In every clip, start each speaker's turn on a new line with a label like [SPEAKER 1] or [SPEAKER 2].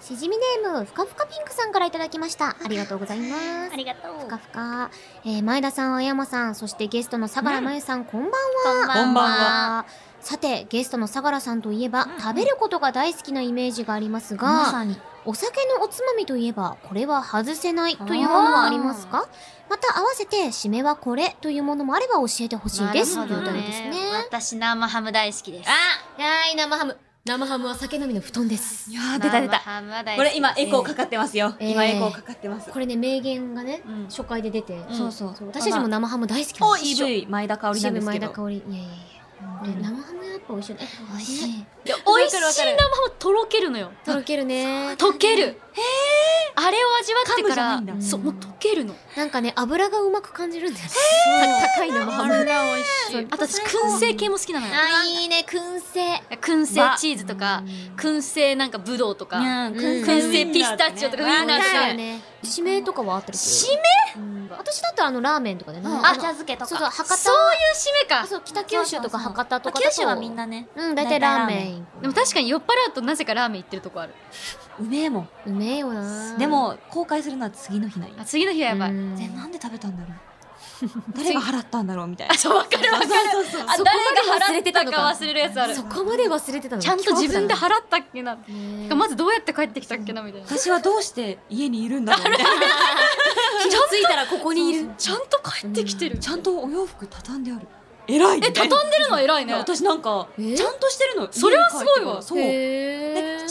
[SPEAKER 1] しじみネームふかふかピンクさんからいただきましたありがとうございます
[SPEAKER 2] ありがとう。
[SPEAKER 1] ふかふか、えー前田さん、青山さん、そしてゲストの相良真由さん、こんばんは。
[SPEAKER 2] こんばんは
[SPEAKER 3] こんばんは
[SPEAKER 1] さて、ゲストの相良さんといえば、
[SPEAKER 2] うんうん
[SPEAKER 1] 食べることが大好きなイメージがありますが、
[SPEAKER 2] まさに。
[SPEAKER 1] お酒のおつまみといえば、これは外せないというものはありますかまた合わせて、締めはこれというものもあれば教えてほしいです。
[SPEAKER 2] な
[SPEAKER 1] と
[SPEAKER 2] る
[SPEAKER 1] いう
[SPEAKER 2] ほ
[SPEAKER 1] お
[SPEAKER 2] ど
[SPEAKER 1] 便り
[SPEAKER 2] ね
[SPEAKER 1] ですね。
[SPEAKER 2] 私生ハム大好きです。
[SPEAKER 3] あ
[SPEAKER 1] はい、生ハム。生ハムは酒飲みの布団です
[SPEAKER 3] い。やー出た出
[SPEAKER 2] 生
[SPEAKER 3] た。
[SPEAKER 2] ハムは大好
[SPEAKER 3] こ
[SPEAKER 2] きで
[SPEAKER 3] れ
[SPEAKER 2] す
[SPEAKER 3] 今エコーかかってますよ。
[SPEAKER 1] えー
[SPEAKER 3] 今エコーかかってます。
[SPEAKER 1] これね、名言がね、
[SPEAKER 2] うん
[SPEAKER 1] 初回で出て、
[SPEAKER 2] そう
[SPEAKER 3] そう
[SPEAKER 1] 私たちも生ハム大好きなん
[SPEAKER 3] お
[SPEAKER 1] です
[SPEAKER 3] CV 前田香織なんですけ
[SPEAKER 1] 前
[SPEAKER 3] ど
[SPEAKER 1] 田。香織いやいやいや、
[SPEAKER 3] うん
[SPEAKER 1] ね生ハムやっぱ美味しいよね美味しい
[SPEAKER 3] いや
[SPEAKER 2] 美
[SPEAKER 3] 美
[SPEAKER 2] 味
[SPEAKER 3] 味
[SPEAKER 2] しい
[SPEAKER 3] しい
[SPEAKER 2] 生
[SPEAKER 3] な。
[SPEAKER 2] ハムとろけるのよ。
[SPEAKER 1] とろけるね
[SPEAKER 2] 溶ける。あれを味わって
[SPEAKER 3] 噛む
[SPEAKER 2] か
[SPEAKER 3] じゃない
[SPEAKER 2] ら
[SPEAKER 3] んだ
[SPEAKER 2] そうもう溶けるの
[SPEAKER 1] なんかね油がうまく感じるんだよねた高い生ハム
[SPEAKER 3] ら美味し
[SPEAKER 2] あと私燻製系も好きなのよ
[SPEAKER 1] あいいね燻製
[SPEAKER 2] 燻製チーズとか
[SPEAKER 1] うん
[SPEAKER 2] 燻製なんかぶどうとか
[SPEAKER 3] うん
[SPEAKER 1] うん
[SPEAKER 2] 燻製ピスタチオとかウインナーと
[SPEAKER 1] だ
[SPEAKER 2] か
[SPEAKER 1] よね締めとかは合ってる
[SPEAKER 2] 締
[SPEAKER 1] め、うん私だとあのラーメンとかでね
[SPEAKER 2] あ
[SPEAKER 1] そう
[SPEAKER 2] 漬けと
[SPEAKER 1] そう
[SPEAKER 2] そう
[SPEAKER 1] 博多
[SPEAKER 2] いう締め
[SPEAKER 1] あ
[SPEAKER 2] か
[SPEAKER 1] そう北九州とか
[SPEAKER 3] そうそうそう
[SPEAKER 1] 博多とかだと
[SPEAKER 3] 九州はみんなね。
[SPEAKER 1] うん大体ラーメン
[SPEAKER 2] でも確かに酔っ払うとなぜかラーメン行ってるとこある
[SPEAKER 3] うめえもん。
[SPEAKER 1] うめえよな
[SPEAKER 3] でも後悔するのは次の日なんよ
[SPEAKER 2] あ。次の日はやばい
[SPEAKER 1] うん
[SPEAKER 3] でなんで食べたんだろう。誰が払ったんだろうみたいな。
[SPEAKER 2] そうわかるわかる
[SPEAKER 3] そうそうそう
[SPEAKER 2] あ
[SPEAKER 1] そこ
[SPEAKER 2] 誰
[SPEAKER 1] まで
[SPEAKER 2] が払
[SPEAKER 1] 忘
[SPEAKER 2] っ
[SPEAKER 1] れ
[SPEAKER 2] て
[SPEAKER 1] て
[SPEAKER 2] た
[SPEAKER 1] た
[SPEAKER 2] か
[SPEAKER 1] のか
[SPEAKER 2] 忘れるやつある
[SPEAKER 1] そこまで忘れてたの
[SPEAKER 2] ちゃんと自分で
[SPEAKER 1] 恐
[SPEAKER 2] 払ったっけな
[SPEAKER 1] 怖だね
[SPEAKER 2] てかまずどうやって帰ってきたっけなみたいな
[SPEAKER 3] 私はどうして家にいるんだろうみたいな。
[SPEAKER 1] 気がついたらここにいる
[SPEAKER 2] ちゃんと帰ってきてる
[SPEAKER 3] ちゃんとお洋服畳んである。偉い。
[SPEAKER 2] え畳んでるの偉い
[SPEAKER 3] い
[SPEAKER 2] ね
[SPEAKER 3] や私なんか
[SPEAKER 1] え
[SPEAKER 3] ちゃんとしてるの。
[SPEAKER 2] それはすごいわ
[SPEAKER 3] 家に帰ってからそう。
[SPEAKER 1] へ
[SPEAKER 3] で
[SPEAKER 1] ー
[SPEAKER 3] ちゃん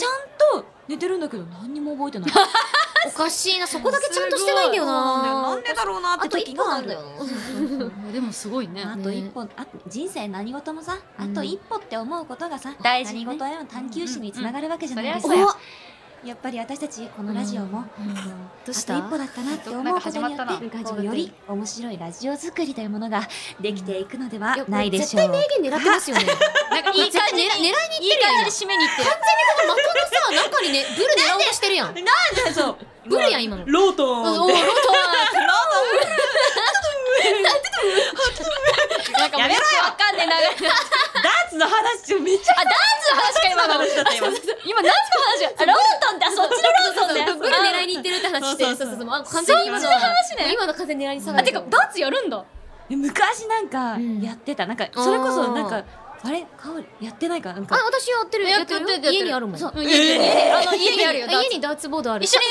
[SPEAKER 3] と寝てるんだけど何にも覚えてない。
[SPEAKER 1] おかしいなそこだけちゃんとしてないんだよ
[SPEAKER 3] な
[SPEAKER 1] なん
[SPEAKER 3] でだろうなっ
[SPEAKER 1] あ
[SPEAKER 3] て
[SPEAKER 1] と一
[SPEAKER 3] 時
[SPEAKER 1] 歩
[SPEAKER 3] が
[SPEAKER 1] な
[SPEAKER 3] あ
[SPEAKER 1] ん
[SPEAKER 3] る
[SPEAKER 1] だよな
[SPEAKER 2] うんでもすごいね
[SPEAKER 3] あと一歩、あ人生何事もさ、
[SPEAKER 1] うん
[SPEAKER 3] あと一歩って思うことがさ、
[SPEAKER 2] 大事ね
[SPEAKER 3] 何事への探求心につながるわけじゃないです
[SPEAKER 2] うん
[SPEAKER 3] か。
[SPEAKER 2] うんうんそりゃ
[SPEAKER 3] やっぱり私たちこのラジオも、
[SPEAKER 1] うん
[SPEAKER 3] あの
[SPEAKER 1] どうした
[SPEAKER 3] あと一歩だったなって思うことによ
[SPEAKER 2] なんか始まったな
[SPEAKER 3] って、
[SPEAKER 1] 始まっ
[SPEAKER 3] こ
[SPEAKER 1] て
[SPEAKER 3] う
[SPEAKER 1] る
[SPEAKER 3] より面白いラジオ作りというものができていくのでは
[SPEAKER 1] やこれ
[SPEAKER 3] ないでしょう
[SPEAKER 1] 絶
[SPEAKER 3] か。
[SPEAKER 1] 対名言狙ってます よね
[SPEAKER 2] なんかいい感じに
[SPEAKER 1] 絶対狙い狙いに行って
[SPEAKER 2] いい
[SPEAKER 1] るやん
[SPEAKER 2] 感じで締めに行ってる
[SPEAKER 1] まともさ中にねブル狙おうとしてるやん
[SPEAKER 3] そう
[SPEAKER 1] ブルやん今の
[SPEAKER 3] ロート
[SPEAKER 1] おお
[SPEAKER 3] ン
[SPEAKER 1] ロト
[SPEAKER 2] なんかもう
[SPEAKER 3] やめろよ
[SPEAKER 2] くわかんねえな
[SPEAKER 3] ダンスの話をめっちゃ
[SPEAKER 2] あ、ダンスの話か今の。
[SPEAKER 3] だった今。
[SPEAKER 2] 今ダンスの話ロートンだ、そっちのロートンだよ。
[SPEAKER 1] ブル狙いに行ってるって話して
[SPEAKER 3] そう
[SPEAKER 1] そ
[SPEAKER 3] そううそう
[SPEAKER 1] そうそうあ完全に今のは
[SPEAKER 2] そっちの話ね
[SPEAKER 1] 今の完全に狙いに下が
[SPEAKER 2] あ、
[SPEAKER 1] る
[SPEAKER 2] てかダンスやるんだ。
[SPEAKER 3] 昔なんか
[SPEAKER 1] うん
[SPEAKER 3] やってた、なんかそれこそなん
[SPEAKER 1] あ
[SPEAKER 3] かあれ香りやってないかなん
[SPEAKER 1] あ
[SPEAKER 3] か
[SPEAKER 1] 私やってるやってる
[SPEAKER 2] やってるやってる
[SPEAKER 1] 家にあるもん
[SPEAKER 2] そううん家に
[SPEAKER 3] え
[SPEAKER 2] あの家にあるよ。ダー
[SPEAKER 1] 家
[SPEAKER 2] ツ
[SPEAKER 1] にダーツボードある
[SPEAKER 2] 一緒に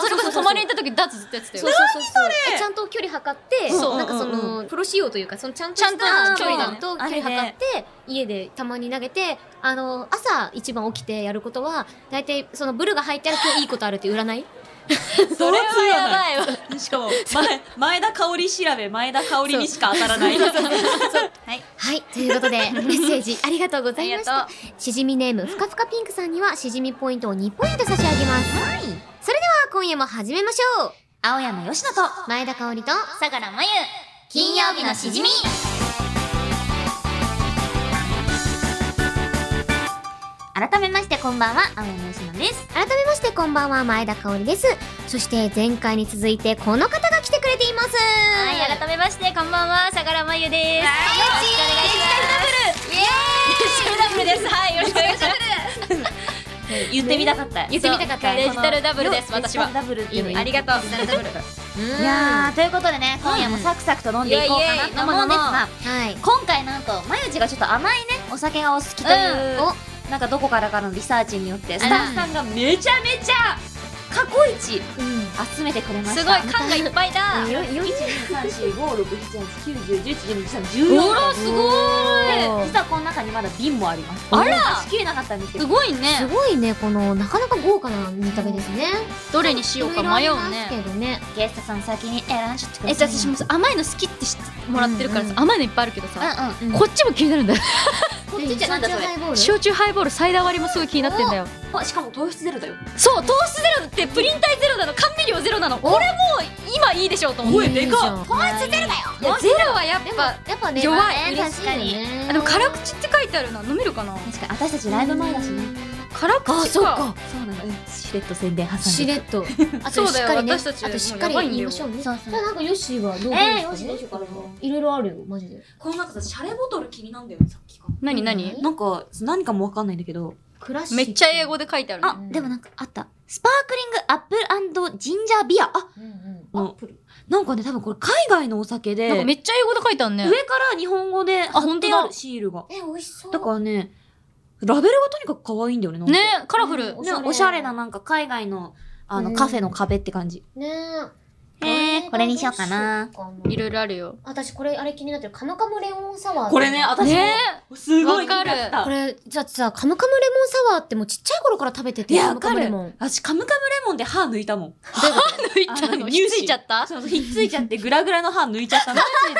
[SPEAKER 2] それこそ泊まりに行った時ダーツずっとやってた
[SPEAKER 1] そ
[SPEAKER 2] よ
[SPEAKER 1] う。そうそうそうちゃんと距離測って
[SPEAKER 2] そう
[SPEAKER 1] なんかそ
[SPEAKER 3] うん
[SPEAKER 1] のプロ仕様というかそのちゃんと
[SPEAKER 2] ちゃ
[SPEAKER 1] し
[SPEAKER 2] んと
[SPEAKER 1] た
[SPEAKER 2] 距
[SPEAKER 1] 距
[SPEAKER 2] 離
[SPEAKER 1] 離
[SPEAKER 2] だ
[SPEAKER 1] だ
[SPEAKER 2] ね
[SPEAKER 1] と距
[SPEAKER 3] あれ
[SPEAKER 1] 離
[SPEAKER 3] ね
[SPEAKER 1] 測って家でたまに投げてあの朝一番起きてやることは大体そのブルが入ったら今日いいことあるっていう占い
[SPEAKER 3] それはやばい
[SPEAKER 2] いわ。
[SPEAKER 3] しかも前前田香織調べ前田香織にしか当たらない
[SPEAKER 2] はい。
[SPEAKER 1] はいという ことでメッセージありがとうございました
[SPEAKER 2] あ
[SPEAKER 1] しじみネームふかふかピンクさんにはしじみポイントを2ポイント差し上げますそれでは今夜も始めましょう
[SPEAKER 3] 青山よしと
[SPEAKER 1] 前田香織と
[SPEAKER 2] 相良真由。
[SPEAKER 1] 金曜日のしじみ
[SPEAKER 2] 改めましてこんばんは、青山よしのです。
[SPEAKER 1] 改めましてこんばんは前田香織ですそして前回に続いてこの方が来てくれています
[SPEAKER 2] はい、改めましてこんばんは、相良真由です。よろしくお願いします。イエーイデジタルダブルです。はい、よろしくお願いします。
[SPEAKER 3] 言ってみたかった
[SPEAKER 2] 言ってみたかった
[SPEAKER 3] そう
[SPEAKER 2] デジタルダブルです
[SPEAKER 3] この
[SPEAKER 2] 私は
[SPEAKER 3] デジタルダブルっていうの
[SPEAKER 2] ありがとう。デジタルダブル。
[SPEAKER 1] うん
[SPEAKER 3] いやーということでね今夜もサクサクと飲んでいこうかなと思うんですが
[SPEAKER 1] はい
[SPEAKER 3] 今回なんとまゆちがちょっと甘いねお酒がお好きという、
[SPEAKER 1] うん
[SPEAKER 3] なんかどこからかのリサーチによってスタッフさんがめちゃめちゃ過去一
[SPEAKER 1] う
[SPEAKER 3] 集めてくれました
[SPEAKER 2] すごい缶がいっぱいだ。
[SPEAKER 1] んよよい
[SPEAKER 3] 1234567891011121314
[SPEAKER 2] うわすご
[SPEAKER 1] おー
[SPEAKER 3] 実はこの中にまだ瓶もあります
[SPEAKER 2] あら
[SPEAKER 3] しきれなかったんですけ
[SPEAKER 2] いす
[SPEAKER 3] ど
[SPEAKER 2] ごいね
[SPEAKER 1] すごいねこのなかなか豪華な見た目ですね
[SPEAKER 2] どれにしようか迷う
[SPEAKER 1] いろいろありま
[SPEAKER 2] ね
[SPEAKER 1] すけどね
[SPEAKER 3] ゲストさん先に選んじゃってく
[SPEAKER 2] え
[SPEAKER 3] だ
[SPEAKER 2] じゃ
[SPEAKER 3] さ
[SPEAKER 2] あ私
[SPEAKER 3] い
[SPEAKER 2] もさ甘いの好きって知ってもらってるから
[SPEAKER 1] うん
[SPEAKER 2] さ
[SPEAKER 1] うん
[SPEAKER 2] 甘いのいっぱいあるけど
[SPEAKER 3] うん
[SPEAKER 2] さ
[SPEAKER 1] うん
[SPEAKER 2] こっちも気になるんだよ
[SPEAKER 1] こ
[SPEAKER 3] っちじゃなんだそれ
[SPEAKER 1] ハイボール
[SPEAKER 2] 焼酎ハイボールサイダー割りもすごい気になってんだよ
[SPEAKER 3] うんあしかも糖質ゼロだよ
[SPEAKER 2] そう糖質ゼロってプリン体ゼロなの甘味料ゼロなのこれもう今いいでしょうと思っ
[SPEAKER 3] お
[SPEAKER 2] て
[SPEAKER 3] いで
[SPEAKER 1] い
[SPEAKER 3] か
[SPEAKER 2] 質ゼロだよゼロはやっぱ
[SPEAKER 1] やっぱね
[SPEAKER 2] 弱い
[SPEAKER 1] 嬉しいよね
[SPEAKER 2] あでも辛口って書いてあるな飲めるかな
[SPEAKER 3] 確かに私たちライブ前だしね
[SPEAKER 2] 辛
[SPEAKER 1] あ
[SPEAKER 2] 口
[SPEAKER 1] そっ
[SPEAKER 2] か
[SPEAKER 1] か
[SPEAKER 3] そうなのしれっと宣伝挟んで
[SPEAKER 1] しれっとあ
[SPEAKER 2] そ
[SPEAKER 1] と
[SPEAKER 2] う
[SPEAKER 1] し
[SPEAKER 2] だよ
[SPEAKER 1] っかりね
[SPEAKER 2] 私たち
[SPEAKER 1] あとしっかり言いましょうね
[SPEAKER 3] そう
[SPEAKER 1] た
[SPEAKER 3] そう
[SPEAKER 1] だなんかヨッシーはどう
[SPEAKER 3] えー
[SPEAKER 1] どうですかね
[SPEAKER 3] ヨッシーどうしようかな
[SPEAKER 1] 色々あるよマジで
[SPEAKER 3] このなんかさシャレボトル気になんだよねさっきか
[SPEAKER 2] 何何
[SPEAKER 3] らなんか何かもわかんないんだけど
[SPEAKER 1] クラシック
[SPEAKER 2] めっちゃ英語で書いてあるね
[SPEAKER 3] あでもなんかあったスパークリングアップルジンジャービア。あ、
[SPEAKER 2] うんうん
[SPEAKER 3] のなんかね、多分これ海外のお酒で、
[SPEAKER 2] なんか
[SPEAKER 3] 上
[SPEAKER 2] めっちゃ英語で書いてあるね。
[SPEAKER 3] から日本語で貼って
[SPEAKER 2] ほん
[SPEAKER 3] あ
[SPEAKER 2] と
[SPEAKER 3] る
[SPEAKER 2] だ
[SPEAKER 3] シールが。
[SPEAKER 1] え、美味しそう。
[SPEAKER 3] だからね、ラベルがとにかく可愛いんだよね。なんか
[SPEAKER 2] ねカラフル。
[SPEAKER 1] おし
[SPEAKER 3] ね
[SPEAKER 1] ゃれ
[SPEAKER 3] おしゃれななんか海外のあの、
[SPEAKER 1] うん
[SPEAKER 3] カフェの壁って感じ。
[SPEAKER 1] ねえ。
[SPEAKER 3] えーこれにしようかな。
[SPEAKER 2] いろいろあるよ。
[SPEAKER 1] 私これあれ気になってる。カムカムレモンサワー。
[SPEAKER 3] これね、私も、
[SPEAKER 2] ね
[SPEAKER 3] すご
[SPEAKER 2] わ
[SPEAKER 3] い気
[SPEAKER 2] か
[SPEAKER 3] に
[SPEAKER 2] る
[SPEAKER 3] なった。
[SPEAKER 1] これ、じゃあさ、カムカムレモンサワーってもうちっちゃい頃から食べてて、
[SPEAKER 3] いや
[SPEAKER 1] カムカムレモン。
[SPEAKER 3] 私、カムカムレモンで歯抜いたもん。
[SPEAKER 2] 抜いた
[SPEAKER 3] あの
[SPEAKER 2] の。ひっついちゃった
[SPEAKER 3] そうそう、ひっついちゃって、グラグラの歯抜いちゃったの。カム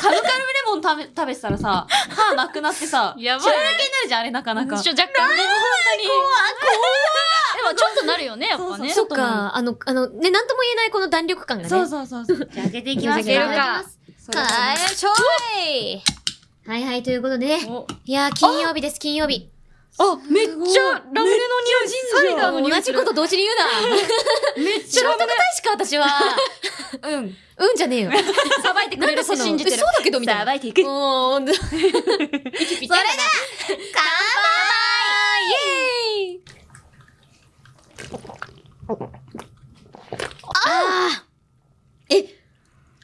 [SPEAKER 3] カムレモン食べ、食べてたらさ、歯なくなってさ、
[SPEAKER 2] やばい
[SPEAKER 3] 血だらけになるじゃん、あれなかなか。
[SPEAKER 2] ちょ、若干。にでもちょっとなるよね、やっぱね。
[SPEAKER 1] そっか、あの、あの、ね、なんとも言えないこの弾力感がね。
[SPEAKER 3] そうそうそうそう。 じゃあ、開けていきます
[SPEAKER 1] い
[SPEAKER 2] 開
[SPEAKER 1] ただ
[SPEAKER 2] ける
[SPEAKER 1] き
[SPEAKER 2] か
[SPEAKER 1] ます。
[SPEAKER 3] それ
[SPEAKER 1] はい、ちょいはいはい、ということでね。いやー、金曜日です、金曜日。
[SPEAKER 2] あ、めっちゃラムネの匂い。サイダーの
[SPEAKER 1] 同
[SPEAKER 2] 匂いす
[SPEAKER 1] じ
[SPEAKER 2] る。
[SPEAKER 1] こと同時に言うな。
[SPEAKER 2] めっ
[SPEAKER 1] 素
[SPEAKER 2] ちゃ
[SPEAKER 1] 人
[SPEAKER 2] ラム
[SPEAKER 1] の大しか、私は。
[SPEAKER 3] うん。
[SPEAKER 1] うんじゃね えよ。
[SPEAKER 2] ネさばいてく
[SPEAKER 1] な
[SPEAKER 2] れ
[SPEAKER 1] んだ
[SPEAKER 2] るっ
[SPEAKER 1] そ
[SPEAKER 2] て
[SPEAKER 1] の、
[SPEAKER 2] 信
[SPEAKER 1] えそう
[SPEAKER 2] じてる。
[SPEAKER 1] だけどみたい
[SPEAKER 3] さ
[SPEAKER 1] な。
[SPEAKER 3] ばいていく。
[SPEAKER 1] もう、ほんと。それだ乾杯イェーイああ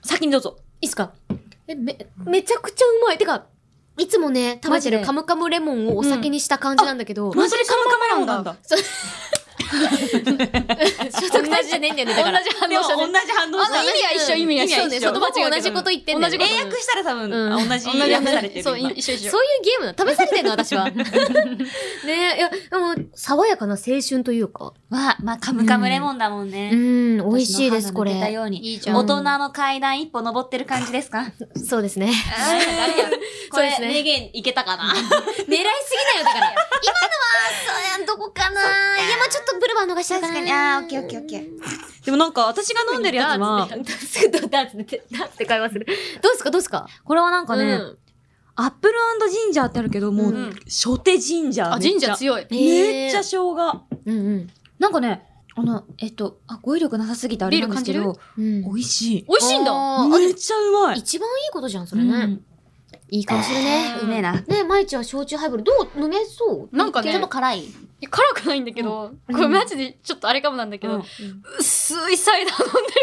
[SPEAKER 3] 先にどうぞ。
[SPEAKER 1] いいっすかえ、め、めちゃくちゃうまい。てか、いつもね、食べて
[SPEAKER 3] マジ
[SPEAKER 1] る
[SPEAKER 3] で
[SPEAKER 1] カムカムレモンをお酒にした感じなんだけど、
[SPEAKER 3] マジでカムカムレモンなんだ。
[SPEAKER 1] 所属大使じゃねえんだよね、だから。
[SPEAKER 2] 同じ
[SPEAKER 3] でも
[SPEAKER 2] 反応した
[SPEAKER 3] 同
[SPEAKER 2] ね。
[SPEAKER 3] じ反応
[SPEAKER 2] あ
[SPEAKER 3] し
[SPEAKER 2] の
[SPEAKER 3] た
[SPEAKER 2] 意
[SPEAKER 3] ね。
[SPEAKER 2] 味は一緒、意味は一
[SPEAKER 1] そう
[SPEAKER 2] 緒。
[SPEAKER 1] ね
[SPEAKER 2] 言葉違うけど
[SPEAKER 1] 同じこと言ってんだ
[SPEAKER 2] 同
[SPEAKER 1] よ
[SPEAKER 2] じ
[SPEAKER 1] ね
[SPEAKER 2] こと
[SPEAKER 3] 英訳したら多分、
[SPEAKER 1] うん
[SPEAKER 3] あ同じ
[SPEAKER 2] 同じ
[SPEAKER 3] 訳されてる。
[SPEAKER 2] そう、
[SPEAKER 3] 今
[SPEAKER 2] 一緒一緒。
[SPEAKER 1] そういうゲームなの。試されてんの、私は。ねえ、いや、でも、爽やかな青春というか。
[SPEAKER 3] わ、まあ、カムカムレモンだもん
[SPEAKER 1] う
[SPEAKER 3] ね。
[SPEAKER 1] ん、美味しいです、こ
[SPEAKER 3] 私の歯が抜けた
[SPEAKER 1] れ。
[SPEAKER 3] ように
[SPEAKER 2] いいじゃん
[SPEAKER 3] 大人の階段一歩登ってる感じですか
[SPEAKER 1] そうですね。
[SPEAKER 2] 誰 や
[SPEAKER 3] こ
[SPEAKER 1] そう
[SPEAKER 3] れ、
[SPEAKER 1] ですね
[SPEAKER 3] 名言いけたか
[SPEAKER 1] 狙
[SPEAKER 3] な
[SPEAKER 1] いすぎなよ、だから。今のは、そうどこかな。いや、まあちょっとブルバー逃しちゃうかな。
[SPEAKER 3] ケーオッケー。でもなんか、私が飲んでるや つは、
[SPEAKER 1] すぐダーツで、ダーツで会話する。どうですか、どうですか
[SPEAKER 3] これはなんか
[SPEAKER 1] う
[SPEAKER 3] ね、
[SPEAKER 1] ん
[SPEAKER 3] アップルジンジャーってあるけど、も
[SPEAKER 1] う、
[SPEAKER 3] うん初手ジンジャー。
[SPEAKER 2] あ、神
[SPEAKER 3] め
[SPEAKER 2] 社
[SPEAKER 3] っち
[SPEAKER 2] 強い。
[SPEAKER 3] ゃ。
[SPEAKER 1] へー
[SPEAKER 3] めっちゃ生姜。
[SPEAKER 1] うん
[SPEAKER 3] なんかね、あの、えっと、あ、語彙力なさすぎてあれなんですけ
[SPEAKER 2] ビール
[SPEAKER 3] ど、
[SPEAKER 1] うん。
[SPEAKER 3] 美味しい。
[SPEAKER 2] 美味しいんだ。
[SPEAKER 1] あー
[SPEAKER 3] めっちゃうまい。
[SPEAKER 1] 一番いいことじゃん、それ
[SPEAKER 3] う
[SPEAKER 1] ね。
[SPEAKER 3] ん
[SPEAKER 1] いい顔するね。
[SPEAKER 3] うめえな。
[SPEAKER 1] ねえ、まいちゃん、焼酎ハイボール、どう飲めそう
[SPEAKER 2] なんかね
[SPEAKER 1] ちょっと辛い。
[SPEAKER 2] 辛くないんだけど、これマジでちょっとあれかもなんだけ
[SPEAKER 3] う
[SPEAKER 2] ど
[SPEAKER 3] ん、
[SPEAKER 2] 薄いサイダー飲んでる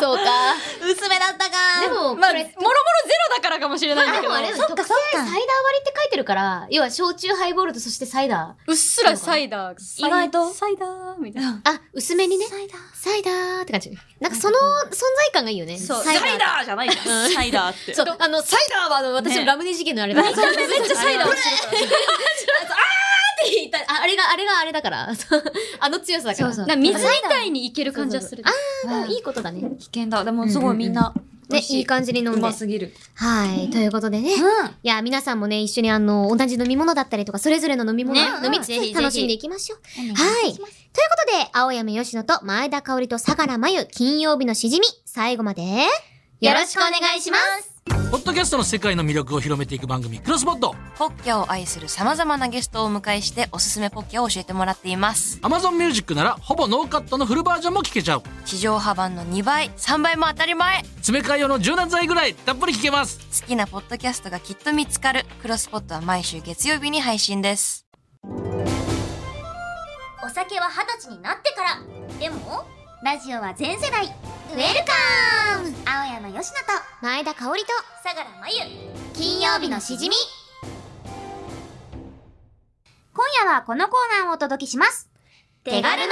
[SPEAKER 1] そうか。
[SPEAKER 3] 薄めだった
[SPEAKER 1] で
[SPEAKER 3] か
[SPEAKER 1] も、
[SPEAKER 2] ま
[SPEAKER 1] こ
[SPEAKER 2] あ、もろもろ
[SPEAKER 1] れ
[SPEAKER 2] ゼロだからかもしれないんだけ
[SPEAKER 1] で
[SPEAKER 2] ど
[SPEAKER 1] もあ、れ、
[SPEAKER 3] そっ
[SPEAKER 1] 特
[SPEAKER 3] か
[SPEAKER 1] 製
[SPEAKER 3] そっか
[SPEAKER 1] サイダー割りって書いてるから、要は焼酎ハイボールとそしてサイダ
[SPEAKER 2] うっすらサイダー。
[SPEAKER 3] 意外と
[SPEAKER 2] サイダーみたいな。
[SPEAKER 1] ー。あ、薄めにね。
[SPEAKER 3] サイダー。
[SPEAKER 1] サイダーって感じ。なんかその存在感がいいよね。
[SPEAKER 3] そう、サ
[SPEAKER 1] サ
[SPEAKER 3] イ
[SPEAKER 1] イ
[SPEAKER 3] ダ
[SPEAKER 1] ダ
[SPEAKER 3] ー
[SPEAKER 1] ー。
[SPEAKER 3] じゃないじゃん。サイダーって。
[SPEAKER 1] そう、あの、サイダーはあの、私
[SPEAKER 3] ね
[SPEAKER 1] のラムネ事件のあれだ。めちゃめちゃサイダー。あーって言った。ああれが、あれがあれだから。そうあの強さだから。
[SPEAKER 3] そうそう
[SPEAKER 2] なんか水みたいにいける感じはする。
[SPEAKER 1] あーいいことだね。
[SPEAKER 3] 危険だ。でもすごいみんな、美
[SPEAKER 1] ね、
[SPEAKER 3] 味し
[SPEAKER 1] いい感じに飲ん
[SPEAKER 3] う
[SPEAKER 1] で。
[SPEAKER 3] ますぎる。
[SPEAKER 1] はい。ということでね。い
[SPEAKER 3] うん。
[SPEAKER 1] や、皆さんもね、一緒にあの、同じ飲み物だったりとか、それぞれの飲み物、
[SPEAKER 2] ね
[SPEAKER 1] 飲み
[SPEAKER 2] ぜひぜひ
[SPEAKER 1] 楽しんでいきましょう。
[SPEAKER 3] はい。
[SPEAKER 1] はい。ということで、青山よしのと前田香織と相良真由、金曜日のしじみ、最後まで、よろしくお願いします。
[SPEAKER 4] ポッドキャストの世界の魅力を広めていく番組、クロスポッド。
[SPEAKER 5] ポッキャを愛する様々なゲストをお迎えしておすすめポッキャを教えてもらっています。
[SPEAKER 4] Amazon Music なら、ほぼノーカットのフルバージョンも聞けちゃう。
[SPEAKER 5] 地上波版の2倍、3倍も当たり前
[SPEAKER 4] 詰め替え用の柔軟剤ぐらい、たっぷり聞けます。
[SPEAKER 5] 好きなポッドキャストがきっと見つかる。クロスポットは毎週月曜日に配信です。
[SPEAKER 2] お酒は二十歳になってから。でも、
[SPEAKER 6] ラジオは全世代ウェルカム青山佳乃と
[SPEAKER 1] 前田香織と、
[SPEAKER 6] 相良真由
[SPEAKER 1] 金曜日のしじみ。
[SPEAKER 6] 今夜はこのコーナーをお届けします手軽のグルメ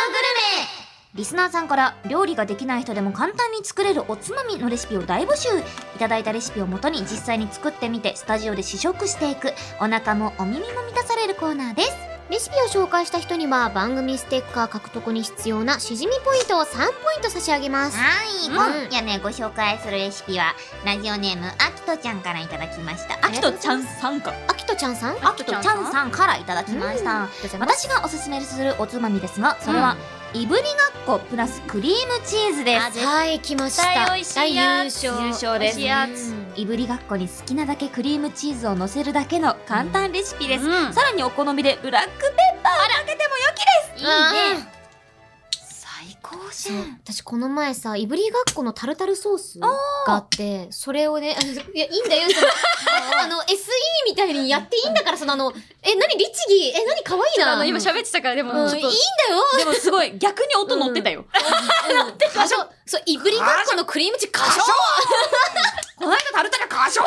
[SPEAKER 6] リスナーさんから料理ができない人でも簡単に作れるおつまみのレシピを大募集いただいたレシピをもとに実際に作ってみてスタジオで試食していくお腹もお耳も満たされるコーナーです
[SPEAKER 1] レシピを紹介した人には番組ステッカー獲得に必要なしじみポイントを3ポイント差し上げます。
[SPEAKER 6] はい、
[SPEAKER 1] うん
[SPEAKER 6] 今夜ねご紹介するレシピはラジオネームあきとちゃんからいただきました
[SPEAKER 3] あきとちゃんさんか。
[SPEAKER 1] あきとちゃんさん
[SPEAKER 6] あきとちゃんさんからいただきました、私がおすすめするおつまみですがそれは、いぶりがっこプラスクリームチーズです
[SPEAKER 1] はい、来ました。
[SPEAKER 2] 大美味しいやつ
[SPEAKER 1] 大優勝。
[SPEAKER 3] 優勝です
[SPEAKER 2] 美味しいやつ
[SPEAKER 1] うん
[SPEAKER 6] いぶりがっこに好きなだけクリームチーズをのせるだけの簡単レシピです、
[SPEAKER 2] うん
[SPEAKER 6] さらにお好みでブラックペッパーをかけてもよきです
[SPEAKER 1] いいね
[SPEAKER 6] 最高じ
[SPEAKER 1] そう私この前さ、いぶりがっこのタルタルソースがあって、それをね、 あのいや、いいんだよ、その、 あの、SE みたいにやっていいんだから、そのあの、え、なに律儀え、なに可愛いな。
[SPEAKER 2] あの、今喋ってたから、でも、
[SPEAKER 1] うん、いいんだよ
[SPEAKER 3] でもすごい、逆に音乗ってたよ。
[SPEAKER 1] カショそう、いぶりがっこのクリームチカショ
[SPEAKER 3] この間タルタル歌唱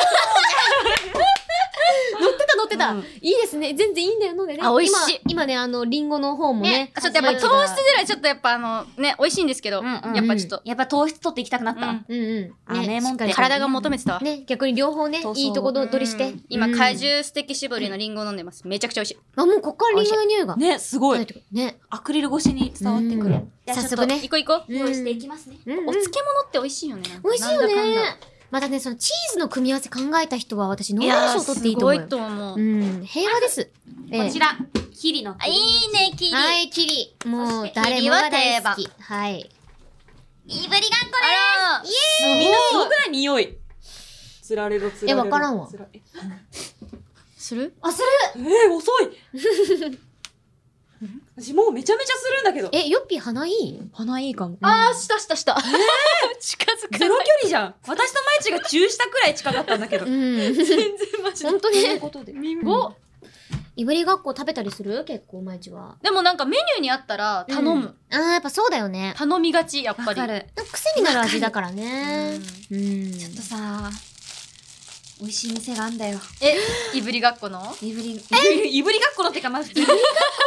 [SPEAKER 1] 乗ってた乗ってた、
[SPEAKER 3] うん
[SPEAKER 1] いいですね。全然いいんだよ、飲んでね。
[SPEAKER 2] あ美味しい
[SPEAKER 1] 今、今ね、あの、リンゴの方もね
[SPEAKER 2] ね。、ちょっとやっぱ糖質ぐらいちょっとやっぱあの、ね、美味しいんですけど、
[SPEAKER 3] うんうん
[SPEAKER 2] やっぱちょっと、
[SPEAKER 3] やっぱ糖質取っていきたくなっ
[SPEAKER 2] う
[SPEAKER 3] た
[SPEAKER 2] ん。
[SPEAKER 1] うんうん。
[SPEAKER 3] あ名門
[SPEAKER 1] しっかり
[SPEAKER 2] 体が求めてたわ。
[SPEAKER 1] ね、逆に両方ね
[SPEAKER 3] そう、そう
[SPEAKER 1] いいとこ取りして
[SPEAKER 2] うん。今、
[SPEAKER 1] うん
[SPEAKER 2] 果汁ステキ絞りのリンゴを飲んでます。めちゃくちゃ美味しい。
[SPEAKER 1] あ、もうこっからリンゴの匂いが。
[SPEAKER 3] ね、すご
[SPEAKER 1] 入っ
[SPEAKER 3] い。
[SPEAKER 1] てくるね。
[SPEAKER 3] アクリル越しに伝わってく
[SPEAKER 1] う
[SPEAKER 3] る。
[SPEAKER 1] ん早速ね。
[SPEAKER 2] 行こう行こ
[SPEAKER 1] う
[SPEAKER 2] う。
[SPEAKER 1] ん
[SPEAKER 6] 用意していきますね。
[SPEAKER 1] うんうん
[SPEAKER 2] お漬物って美味しいよね。
[SPEAKER 1] 美味しいよ
[SPEAKER 2] なんだ
[SPEAKER 1] ね
[SPEAKER 2] かんだ。
[SPEAKER 1] またね、そのチーズの組み合わせ考えた人は私、ノーベル賞取っていいと思うよ
[SPEAKER 2] すごい。と思
[SPEAKER 1] う
[SPEAKER 2] う。
[SPEAKER 1] ん、平和です。
[SPEAKER 6] こち
[SPEAKER 1] ら。
[SPEAKER 6] ら、キリの。
[SPEAKER 2] あいいね、キリ。
[SPEAKER 1] はい、キリ。も
[SPEAKER 6] そうして、
[SPEAKER 1] 誰もが大好き。はい。
[SPEAKER 6] いぶりがっこで
[SPEAKER 2] あら
[SPEAKER 3] もうみんなすごくない匂い。つられろ、つられろ。
[SPEAKER 1] えわからんわ
[SPEAKER 3] つえ、
[SPEAKER 2] する
[SPEAKER 6] あ、する
[SPEAKER 3] えー遅い 私もうめちゃめちゃするんだけど。
[SPEAKER 1] え、ヨッピー鼻いい
[SPEAKER 3] 鼻いいかも。
[SPEAKER 2] あー、したしたした。 近づく。
[SPEAKER 3] ゼロ距離じゃん。私とマイチが中したくらい近かったんだけど。
[SPEAKER 1] うん。
[SPEAKER 2] 全然マジで
[SPEAKER 1] 本。当
[SPEAKER 3] とい
[SPEAKER 1] ね
[SPEAKER 3] う。 ことで。
[SPEAKER 2] リン
[SPEAKER 1] う
[SPEAKER 2] ゴ
[SPEAKER 1] いぶりがっこ食べたりする結構、毎日は。
[SPEAKER 2] でもなんかメニューにあったら頼
[SPEAKER 1] う
[SPEAKER 2] む。
[SPEAKER 1] あー、やっぱそうだよね。
[SPEAKER 2] 頼みがち、やっぱ
[SPEAKER 3] わ
[SPEAKER 2] り。
[SPEAKER 3] かる。
[SPEAKER 1] なんか癖になる味だからね。うん。
[SPEAKER 5] ちょっとさ、美味しい店があんだよ。
[SPEAKER 2] え、いぶりがっこの
[SPEAKER 5] いぶり、
[SPEAKER 3] いぶりがっこのって か、まず、いぶりがっ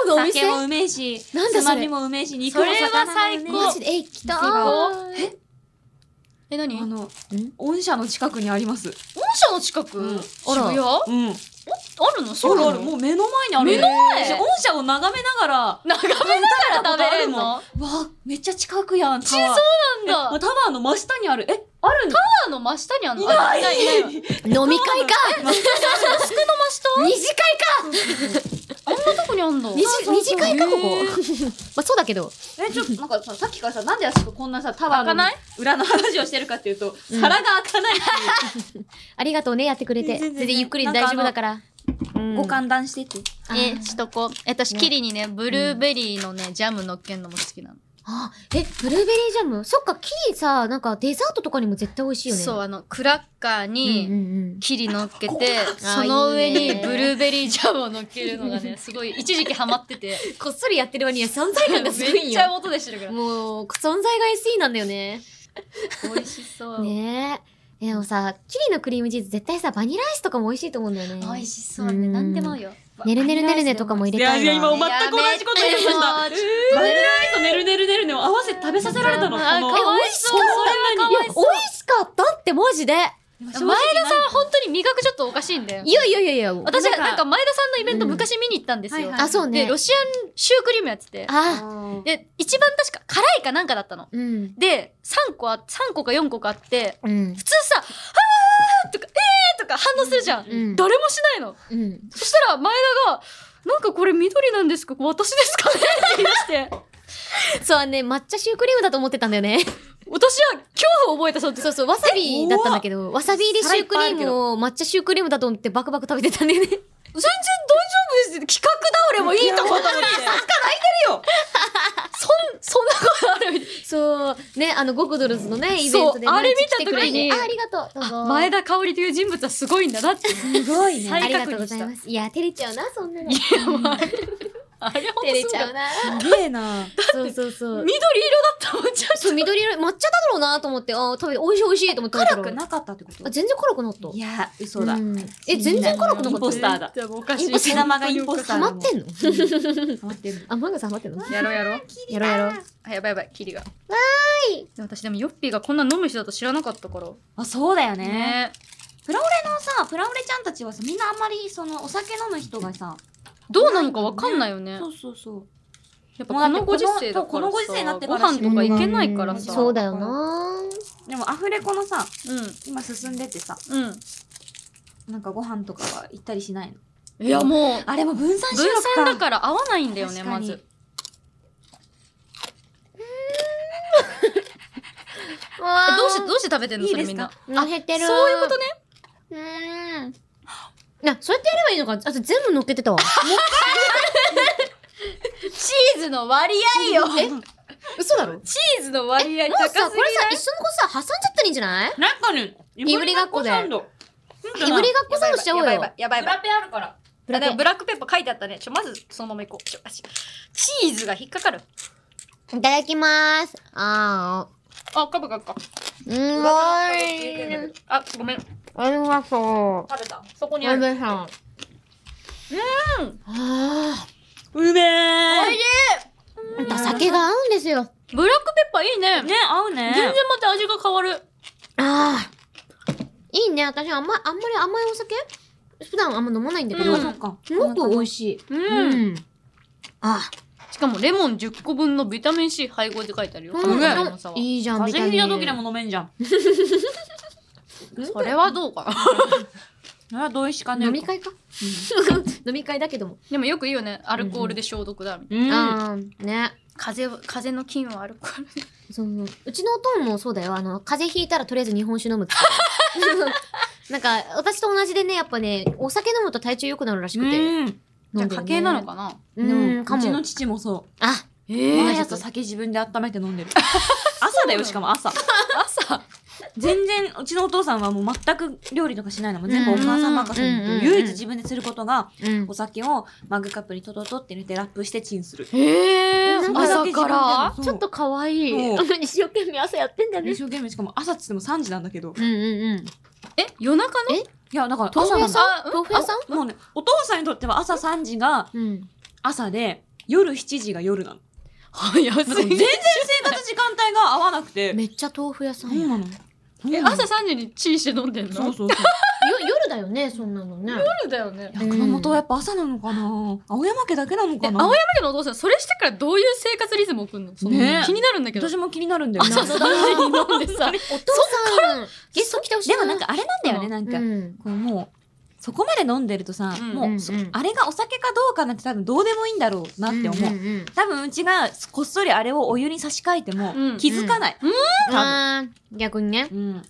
[SPEAKER 3] こ
[SPEAKER 1] のお店
[SPEAKER 3] 酒もうめえし、
[SPEAKER 1] なんだそれ
[SPEAKER 3] つまみもうめえし、肉も魚も
[SPEAKER 2] それは最高
[SPEAKER 1] マジで、え、来た
[SPEAKER 2] 行え、何
[SPEAKER 3] あ
[SPEAKER 2] 本
[SPEAKER 3] の、御社の近くにあります。
[SPEAKER 2] 社の近く
[SPEAKER 3] うん
[SPEAKER 2] 渋谷あ
[SPEAKER 3] うん。
[SPEAKER 2] るのそ
[SPEAKER 3] そううあ
[SPEAKER 2] な
[SPEAKER 3] る。
[SPEAKER 2] の
[SPEAKER 3] もう目の前にある。
[SPEAKER 2] 目の前
[SPEAKER 3] 私御社を眺めながら、
[SPEAKER 2] 眺めながら食べれるの
[SPEAKER 3] わあ、めっちゃ近くやん、タワー。
[SPEAKER 2] そうなんだ。
[SPEAKER 3] えタワーの真下にある。え、あるんだ。
[SPEAKER 2] タワーの真下にあるのあいないいないわ
[SPEAKER 1] 飲み会か 二次会か
[SPEAKER 2] あんなとこにあんだ。
[SPEAKER 1] 二次二次会か、ここ
[SPEAKER 3] へ。
[SPEAKER 1] まあ、そうだけど。
[SPEAKER 3] え、ちょっと、なんかさ、さっきからさ、なんであそここんなさ、タワー
[SPEAKER 2] 開か
[SPEAKER 3] の
[SPEAKER 2] ない
[SPEAKER 3] 裏の話をしてるかっていうと、皿が開かないっていう。
[SPEAKER 1] ありがとうね、やってくれて。
[SPEAKER 3] 全然全然
[SPEAKER 1] 全然ゆっくりで大丈夫だから。
[SPEAKER 3] ご勘断してって。
[SPEAKER 2] え、しとこう。え、私、キリにね、ブルーベリーのね、ジャム乗っけんのも好きなの。
[SPEAKER 1] あ、え、ブルーベリージャムそっか、キリさ、なんかデザートとかにも絶対美味しいよね。
[SPEAKER 2] そう、
[SPEAKER 1] う。
[SPEAKER 2] あの、クラッカー
[SPEAKER 1] うんう
[SPEAKER 2] に、
[SPEAKER 1] ん
[SPEAKER 2] キリ乗っけて、
[SPEAKER 1] あ
[SPEAKER 2] その上
[SPEAKER 1] いい
[SPEAKER 2] に
[SPEAKER 1] ね
[SPEAKER 2] ブルーベリージャムを乗っけるのがね、すごい、一時期ハマってて、
[SPEAKER 1] うん。こっそりやってる割には存在
[SPEAKER 2] め
[SPEAKER 1] 感がすごい
[SPEAKER 2] っ
[SPEAKER 1] ん
[SPEAKER 2] ちゃ
[SPEAKER 1] よ。
[SPEAKER 2] 音でしてるか ら。
[SPEAKER 1] もう、存在が SE なんだよね。
[SPEAKER 2] 美味しそう。
[SPEAKER 1] ねえ。でもさ、キリのクリームチーズ絶対さ、バニラアイスとかも美味しいと思うんだよね。
[SPEAKER 2] 美味しそうね。なんでも合うよ。
[SPEAKER 1] ねるねるねるねとかも入れたいわ。
[SPEAKER 3] いやいや今全く同じこと言いました
[SPEAKER 2] やめてよ
[SPEAKER 3] バニラアイスとねるねるねるねを合わせて食べさせられたの。こ
[SPEAKER 2] あ、か
[SPEAKER 3] の
[SPEAKER 2] わいそう。それはかわい
[SPEAKER 1] 美
[SPEAKER 2] そう。
[SPEAKER 1] 味しかったってマジで。
[SPEAKER 3] 正
[SPEAKER 2] 前
[SPEAKER 3] 直
[SPEAKER 2] 田さんは本当に味覚ちょっとおかしいんだよ
[SPEAKER 1] い。やいやいやいや。
[SPEAKER 2] 私
[SPEAKER 3] なん
[SPEAKER 2] が
[SPEAKER 3] か
[SPEAKER 2] なんか前田さんのイベント
[SPEAKER 1] うん
[SPEAKER 2] 昔見に行ったんですよ。
[SPEAKER 3] はいはい
[SPEAKER 1] あ、そう
[SPEAKER 2] で、
[SPEAKER 1] ね
[SPEAKER 2] ロ。シアンシュークリームやってて。
[SPEAKER 1] あ、
[SPEAKER 2] で、一番確か辛いかなんかだったの。
[SPEAKER 1] うん。
[SPEAKER 2] で、3個あ、三個か4個かあって、
[SPEAKER 1] うん
[SPEAKER 2] 普。通さ、あーとか、えーとか反応するじゃん。
[SPEAKER 1] うん
[SPEAKER 2] 誰もしないの。
[SPEAKER 1] うん。
[SPEAKER 2] そしたら前田が、なんかこれ緑なんですか私ですかねって言い出して。
[SPEAKER 1] そうね、抹茶シュークリームだと思ってたんだよね。
[SPEAKER 2] 私は恐怖を覚えたそうで す。
[SPEAKER 1] そうそう、わさびだったんだけど、わさび入りシュークリー
[SPEAKER 3] 皿いっぱいあるけ
[SPEAKER 1] ムを抹茶シュークリームだと思ってバクバク食べてたんだよね。
[SPEAKER 2] 全然大丈夫です。企画倒れもいいと思ったのに。そん、そんなことあるみたい
[SPEAKER 1] そう、ね、あの、ゴクドルズのね、イベントで
[SPEAKER 2] そ
[SPEAKER 1] 毎
[SPEAKER 2] う
[SPEAKER 1] 日
[SPEAKER 2] あれ見た
[SPEAKER 1] 来てくれ
[SPEAKER 2] 時に
[SPEAKER 1] てあ、ありがとう。どうぞ。
[SPEAKER 2] 前田香織という人物はすごいんだなって。
[SPEAKER 1] すごいね。あ
[SPEAKER 2] 再
[SPEAKER 1] りが
[SPEAKER 2] 確認した
[SPEAKER 1] とうございます。いや、照れちゃうな、そんなの。
[SPEAKER 2] あれほん
[SPEAKER 1] 照
[SPEAKER 2] と
[SPEAKER 1] れ
[SPEAKER 2] す
[SPEAKER 1] ち
[SPEAKER 2] ごい
[SPEAKER 1] ゃうな。
[SPEAKER 3] すげえな。
[SPEAKER 1] そうそうそう。
[SPEAKER 2] 緑色だったもんじゃ
[SPEAKER 1] そう、緑色、抹茶だろうなと思って、あー食べて、美味しい美味しいと思って食べたら。
[SPEAKER 3] 辛くなかったってこと
[SPEAKER 1] あ、全然辛くなった。
[SPEAKER 3] いや、嘘だ。
[SPEAKER 1] んえ、全然辛くな
[SPEAKER 3] イン
[SPEAKER 1] か
[SPEAKER 3] ポ
[SPEAKER 1] っ
[SPEAKER 3] スターだ。
[SPEAKER 2] ん。おか
[SPEAKER 1] しい
[SPEAKER 3] インポスター生がインポスタ
[SPEAKER 1] た。ハ
[SPEAKER 3] ー
[SPEAKER 1] マっ
[SPEAKER 3] だもん。
[SPEAKER 1] てんの
[SPEAKER 3] ハマってる。
[SPEAKER 1] あ、マンガさんハマってんの
[SPEAKER 2] やろうやろう。
[SPEAKER 1] やろうやろう。
[SPEAKER 2] あ、やばいやばい、キリが。わーい。でも私でもヨッピーがこんな飲む人だと知らなかったから。
[SPEAKER 3] あ、そうだよね。
[SPEAKER 2] ね
[SPEAKER 3] プラオレのさ、プラオレちゃんたちはさ、みんなあんまりそのお酒飲む人がさ、
[SPEAKER 2] どうなのかわかんないよね。
[SPEAKER 3] そうそうそう。
[SPEAKER 2] やっぱこのご時世だからさ。
[SPEAKER 3] もうだってこのそうこのご時世になって
[SPEAKER 2] ご
[SPEAKER 3] から
[SPEAKER 2] 飯とかいけないから
[SPEAKER 1] う
[SPEAKER 2] さ。
[SPEAKER 1] んそうだよな
[SPEAKER 3] でもアフレコのさ、
[SPEAKER 2] う
[SPEAKER 3] 今進んでてさ、
[SPEAKER 2] ん。うん。
[SPEAKER 3] なんかご飯とかは行ったりしないの。
[SPEAKER 2] いやもう、
[SPEAKER 3] あれも分散収
[SPEAKER 2] 分
[SPEAKER 3] 録か。
[SPEAKER 2] 散だから合わないんだよね、
[SPEAKER 3] 確か
[SPEAKER 2] ま
[SPEAKER 3] に
[SPEAKER 2] ず。えどうして、どうして食べてんの
[SPEAKER 3] いい
[SPEAKER 2] それ
[SPEAKER 3] ですか
[SPEAKER 2] みんな。
[SPEAKER 1] あ、減ってる。
[SPEAKER 2] そういうことね。
[SPEAKER 1] うーん。いや、そうやってやればいいのか。あと全部乗っけてたわ。
[SPEAKER 2] チーズの割合よ。
[SPEAKER 1] 嘘だろ
[SPEAKER 2] チーズの割合
[SPEAKER 1] もう
[SPEAKER 2] 高
[SPEAKER 1] さ、こ
[SPEAKER 2] すぎない
[SPEAKER 1] れさ、一緒のことさ、挟んじゃったらいいんじゃない
[SPEAKER 3] なんかね、
[SPEAKER 1] いぶりがっこで
[SPEAKER 3] いぶりがっこサンド
[SPEAKER 1] いぶりがっこサンドしちゃおう
[SPEAKER 2] やばい
[SPEAKER 1] よ。
[SPEAKER 2] やばいやばいやばいやばい
[SPEAKER 3] ペあるから。
[SPEAKER 1] ブラペ
[SPEAKER 2] あでもブラックペッパー書いてあったね。ちょ、まずそのまま行こう。ちょ、あしチーズが引っかかる。
[SPEAKER 1] いただきまーす。あ
[SPEAKER 2] あ、かぶかぶか。
[SPEAKER 1] ー。う
[SPEAKER 2] う
[SPEAKER 1] ま
[SPEAKER 2] い
[SPEAKER 1] い。。
[SPEAKER 2] あ、ごめん。
[SPEAKER 1] ありがと
[SPEAKER 2] 食べた。そこ
[SPEAKER 1] う。
[SPEAKER 2] にある。
[SPEAKER 1] さん。うんあ
[SPEAKER 3] うめー。
[SPEAKER 1] ーお酒が合うんですよ。
[SPEAKER 2] ブラックペッパーいいね。
[SPEAKER 3] ね、合うね。
[SPEAKER 2] 全然また味が変わる。
[SPEAKER 1] あー。いいね。私、あんま、あんまり甘いお酒普段あんま飲まないんだけど
[SPEAKER 3] う、んそうか。
[SPEAKER 1] すごく美味しい。
[SPEAKER 2] うん。
[SPEAKER 1] あ、
[SPEAKER 2] しかもレモン10個分のビタミン C 配合って書いてあるよ。
[SPEAKER 1] うん
[SPEAKER 2] カロリーの重さは。
[SPEAKER 1] いいじゃん、
[SPEAKER 3] 風邪ひいた
[SPEAKER 1] ビ
[SPEAKER 3] 時で
[SPEAKER 1] タミン
[SPEAKER 3] も飲めんじゃん。
[SPEAKER 2] それはどうかな。
[SPEAKER 3] あ、どういしかね。
[SPEAKER 1] 飲み会か 飲み会だけども。
[SPEAKER 2] でもよく言うよね。アルコールで消毒だ。みたいな
[SPEAKER 3] うん。
[SPEAKER 1] あー、ね。
[SPEAKER 2] 風邪は、風邪の菌はアルコール。
[SPEAKER 1] そのうちのおとんもそうだよ。あの、風邪ひいたらとりあえず日本酒飲むっつ って。なんか、私と同じでね、やっぱね、お酒飲むと体調良くなるらしくて。
[SPEAKER 3] うん。
[SPEAKER 1] 飲
[SPEAKER 2] じゃ
[SPEAKER 1] んでる
[SPEAKER 2] あ家
[SPEAKER 1] ね
[SPEAKER 2] 系なのかな
[SPEAKER 1] うん、か
[SPEAKER 3] うちの
[SPEAKER 1] も。
[SPEAKER 3] 父もそう。
[SPEAKER 1] あ、
[SPEAKER 3] え
[SPEAKER 1] え
[SPEAKER 3] やつ酒自分で温めて飲んでる。 朝だよ、しかも朝。朝全然、うちのお父さんはもう全く料理とかしないのも全部お母さん任せ
[SPEAKER 1] うんうんうん
[SPEAKER 3] に。
[SPEAKER 1] うん
[SPEAKER 3] 唯一自分ですることが、
[SPEAKER 1] うん
[SPEAKER 3] お。酒をマグカップにトトトって入れてラップしてチンする。
[SPEAKER 1] ー
[SPEAKER 2] え朝から
[SPEAKER 3] そう
[SPEAKER 1] ちょっと可愛い。
[SPEAKER 3] そう
[SPEAKER 1] 一生懸命朝やってんだね
[SPEAKER 3] 一。生懸命しかも朝っつっても3時なんだけど
[SPEAKER 1] うんうんうん。
[SPEAKER 2] え夜中の
[SPEAKER 3] いやだから
[SPEAKER 1] 豆腐屋
[SPEAKER 3] ん
[SPEAKER 1] さ
[SPEAKER 2] 朝なんの
[SPEAKER 1] 豆腐屋さん
[SPEAKER 3] もうねお父さんにとっては朝3時が
[SPEAKER 1] うん。
[SPEAKER 3] 朝で夜7時が夜なの
[SPEAKER 2] 早
[SPEAKER 3] なんか
[SPEAKER 2] す
[SPEAKER 3] 全然
[SPEAKER 2] ぎ。
[SPEAKER 3] 生活時間帯が合わなくて
[SPEAKER 1] めっちゃ豆腐屋さ。
[SPEAKER 3] そうん
[SPEAKER 1] よ
[SPEAKER 3] なの
[SPEAKER 2] え、 朝3時にチーして飲んでんの
[SPEAKER 3] そうそうそう
[SPEAKER 1] 夜だよね、そんなのね。
[SPEAKER 2] 夜だよね。
[SPEAKER 3] いや熊本はやっぱ朝なのかな青山家だけなの
[SPEAKER 2] え、
[SPEAKER 3] か
[SPEAKER 2] 青
[SPEAKER 3] な
[SPEAKER 2] 山家のお父さん、それしてからどういう生活リズム送るのその
[SPEAKER 3] ねえ
[SPEAKER 2] 気になるんだけど。
[SPEAKER 3] 私も気になるんだよね
[SPEAKER 2] 朝3時に飲んで
[SPEAKER 1] お
[SPEAKER 2] さ。
[SPEAKER 1] 父さん、ゲスト来てほしい。
[SPEAKER 3] でもなん、かあれなんだよねなん
[SPEAKER 1] う
[SPEAKER 3] か
[SPEAKER 1] ん。
[SPEAKER 3] こうもうそこまで飲んでるとさ
[SPEAKER 2] うん
[SPEAKER 3] もうそあれがお酒かどうかなんて多分どうでもいいんだろうなって思う
[SPEAKER 1] うん。
[SPEAKER 3] 多分うちがこっそりあれをお湯に差し替えても
[SPEAKER 2] うん
[SPEAKER 3] 気づかない。
[SPEAKER 1] あー逆にね。
[SPEAKER 3] うん。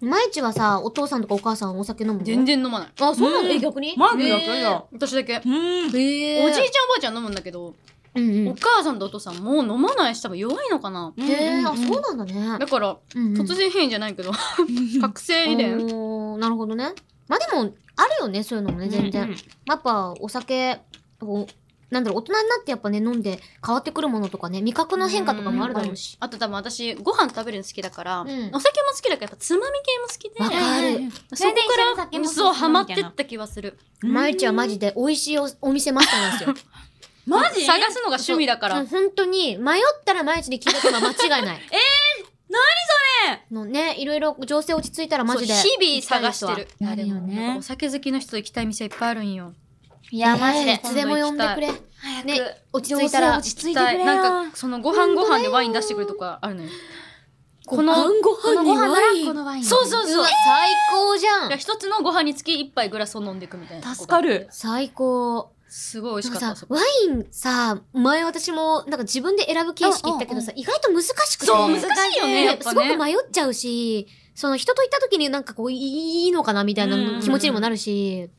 [SPEAKER 1] 毎日はさ、お父さんとかお母さんお酒飲むの
[SPEAKER 2] 全。然飲まない。
[SPEAKER 1] あ、そうなの
[SPEAKER 3] う
[SPEAKER 1] え、
[SPEAKER 3] ん
[SPEAKER 1] 逆に
[SPEAKER 3] マ
[SPEAKER 2] ねえ私だけ。
[SPEAKER 3] うん。
[SPEAKER 1] へ
[SPEAKER 2] おじいちゃんおばあちゃん飲むんだけど、
[SPEAKER 1] うんう
[SPEAKER 2] お母さんとお父さんもう飲まないし多分弱いのかな。
[SPEAKER 1] ん。へえ、あ、そうなんだね
[SPEAKER 2] だ。から、突然変異じゃないけど、覚醒遺伝。
[SPEAKER 1] おーなるほどね。まあでも、あるよね、そういうのもね、全然。やっぱ、お酒、こうなんだろう、大人になってやっぱね、飲んで変わってくるものとかね、味覚の変化とかもあるだろうし。
[SPEAKER 2] あと多分私、ご飯食べるの好きだか
[SPEAKER 1] ん
[SPEAKER 2] ら、お酒も好きだから、やっぱつまみ系も好きで、
[SPEAKER 1] わかる。
[SPEAKER 2] そこ
[SPEAKER 5] それで一緒に
[SPEAKER 2] か
[SPEAKER 5] 酒
[SPEAKER 2] ら、
[SPEAKER 5] も
[SPEAKER 2] そう、ハマってった気はする。
[SPEAKER 1] 毎日はマジで美味しいおお店マスターなんですよ。
[SPEAKER 3] マジ
[SPEAKER 2] 探すのが趣味だか
[SPEAKER 1] も
[SPEAKER 2] ら
[SPEAKER 1] う。本当に、迷ったら毎日に聞いとけば間違いない。えー、何それのね、いろいろ情勢落ち着いたらマジで。
[SPEAKER 2] そう日々探してる。
[SPEAKER 3] あるよね
[SPEAKER 2] いやでもお酒好きの人行きたい店いっぱいあるんよ。
[SPEAKER 1] いや、マジで。
[SPEAKER 2] ね
[SPEAKER 1] いつでも呼んでくれ。
[SPEAKER 5] 早
[SPEAKER 1] ね、落ち着
[SPEAKER 3] 落
[SPEAKER 1] いたら。
[SPEAKER 3] ち着いてくれよ。
[SPEAKER 2] なんか、そのご飯ご飯でワイン出してくるとかあるのよ。この、
[SPEAKER 3] ご飯にワイン
[SPEAKER 5] このワイン。
[SPEAKER 2] そうそう
[SPEAKER 1] う
[SPEAKER 2] そう
[SPEAKER 1] わ。最高じゃ
[SPEAKER 2] いや
[SPEAKER 1] ん
[SPEAKER 2] 一つのご飯につき一杯グラスを飲んでいくみたいな。
[SPEAKER 3] 助かる。
[SPEAKER 1] 最高。
[SPEAKER 2] すごい美味しか
[SPEAKER 1] な
[SPEAKER 2] った
[SPEAKER 1] んか
[SPEAKER 2] そ
[SPEAKER 1] さ、
[SPEAKER 2] こ。
[SPEAKER 1] ワインさ、前私も、なんか自分で選ぶ形式言ったけどさ、意外と難しくて。
[SPEAKER 2] そう、難しいよね、やっ
[SPEAKER 1] す
[SPEAKER 2] ぱ
[SPEAKER 1] ごく
[SPEAKER 2] ね。
[SPEAKER 1] 迷っちゃうし、その人と行った時になんかこう、いいのかなみたい
[SPEAKER 3] うん
[SPEAKER 1] な気持ちにもなるし。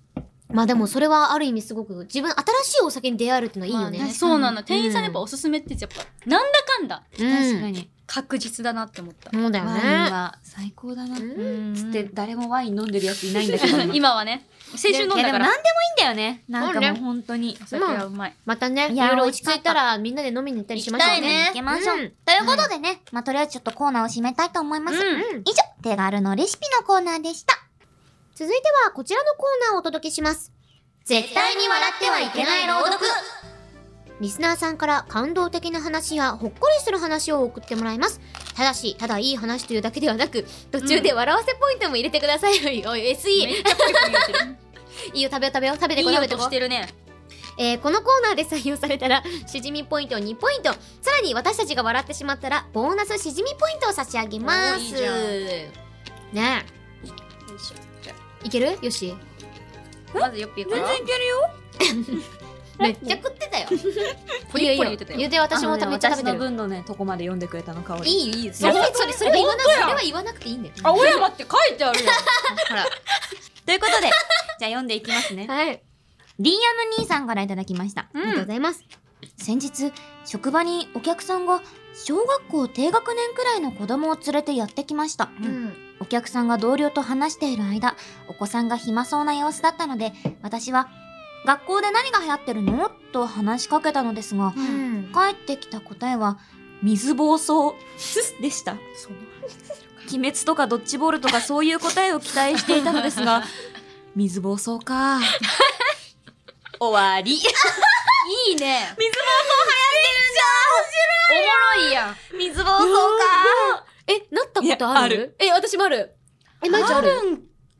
[SPEAKER 1] まあでもそれはある意味すごく、自分新しいお酒に出会えるってのはいいよ
[SPEAKER 2] まあ
[SPEAKER 1] ね。
[SPEAKER 2] そうなの。店員さんやっぱおすすめってやっぱ、なんだかんだ
[SPEAKER 1] 確
[SPEAKER 3] 確か。に。
[SPEAKER 2] 確実だなって思った。
[SPEAKER 1] そうだよ
[SPEAKER 3] ワイン
[SPEAKER 1] ね。
[SPEAKER 3] は最高だな。
[SPEAKER 1] うん
[SPEAKER 3] つ
[SPEAKER 2] つ
[SPEAKER 3] って、誰もワイン飲んでるやついないんだけど。
[SPEAKER 2] 今はね、青春飲んだ
[SPEAKER 3] いやで
[SPEAKER 2] か
[SPEAKER 3] も
[SPEAKER 2] ら。
[SPEAKER 3] 何でもいいんだよね。なんか
[SPEAKER 1] そう
[SPEAKER 3] もう
[SPEAKER 1] ね
[SPEAKER 3] 本当に。
[SPEAKER 2] お酒はうまい。
[SPEAKER 1] またね、
[SPEAKER 5] い
[SPEAKER 1] い
[SPEAKER 5] や
[SPEAKER 1] ろいろ落ち着いたらみんなで飲みに行ったりしましょう。
[SPEAKER 5] 行きましょう。
[SPEAKER 1] うん
[SPEAKER 5] ということでね、まあ、とりあえずちょっとコーナーを締めたいと思います。
[SPEAKER 2] うん
[SPEAKER 1] うん
[SPEAKER 5] 以上、手軽のレシピのコーナーでした。
[SPEAKER 1] 続いてはこちらのコーナーをお届けします。絶対に笑ってはいけない朗読リスナーさんから感動的な話やほっこりする話を送ってもらいます。ただし、ただいい話というだけではなく、途中で笑わせポイントも入れてください。おいおい、SE。
[SPEAKER 2] めっちゃプリプリ言ってる。
[SPEAKER 1] いいよ、食べよう食べよう。食べて
[SPEAKER 2] いい
[SPEAKER 1] こう食べてこ
[SPEAKER 2] 音し
[SPEAKER 1] う
[SPEAKER 2] てるね。
[SPEAKER 1] えーこのコーナーで採用されたら、 しじみポイントを2ポイント。さらに私たちが笑ってしまったら、ボーナスしじみポイントを差し上げま
[SPEAKER 2] おーいい
[SPEAKER 1] す。
[SPEAKER 2] じゃ
[SPEAKER 1] ね
[SPEAKER 2] よいしょじゃ
[SPEAKER 1] え、いけるよし。
[SPEAKER 2] あまずよっぴーから。
[SPEAKER 3] いける よ。
[SPEAKER 1] めっちゃ食ってたよ。
[SPEAKER 2] ポリポリ言ってた
[SPEAKER 1] ゆ
[SPEAKER 2] よ。
[SPEAKER 1] で私もめっちゃ食べ
[SPEAKER 3] 私の
[SPEAKER 1] てる。
[SPEAKER 3] 分のね、とこまで読んでくれたの香り。
[SPEAKER 1] いいいい。それはそれそれは言わなそれは言わなくていいんだよ。
[SPEAKER 2] 青山って書いてあるよ。
[SPEAKER 1] ほら。
[SPEAKER 3] ということで、じゃあ読んでいきますね。
[SPEAKER 1] はい。
[SPEAKER 5] リーアム兄さんからいただきました。
[SPEAKER 1] ありがとうございます。
[SPEAKER 6] 先日職場にお客さんが小学校低学年くらいの子供を連れてやってきました、
[SPEAKER 1] うん。
[SPEAKER 6] お客さんが同僚と話している間お子さんが暇そうな様子だったので私は「学校で何が流行ってるの?」と話しかけたのですが
[SPEAKER 1] うん。
[SPEAKER 6] 返ってきた答えは「水暴 走」でした鬼滅とかドッジボールとかそういう答えを期待していたのです が水暴走か
[SPEAKER 2] 終わり。いいね。水暴走流行ってるじゃん面
[SPEAKER 6] 水
[SPEAKER 2] 白いおもろいやん。
[SPEAKER 6] 暴走か
[SPEAKER 1] え、なったことあるえ、私もある。え、まいちゃん
[SPEAKER 2] あ
[SPEAKER 1] ある
[SPEAKER 2] るんい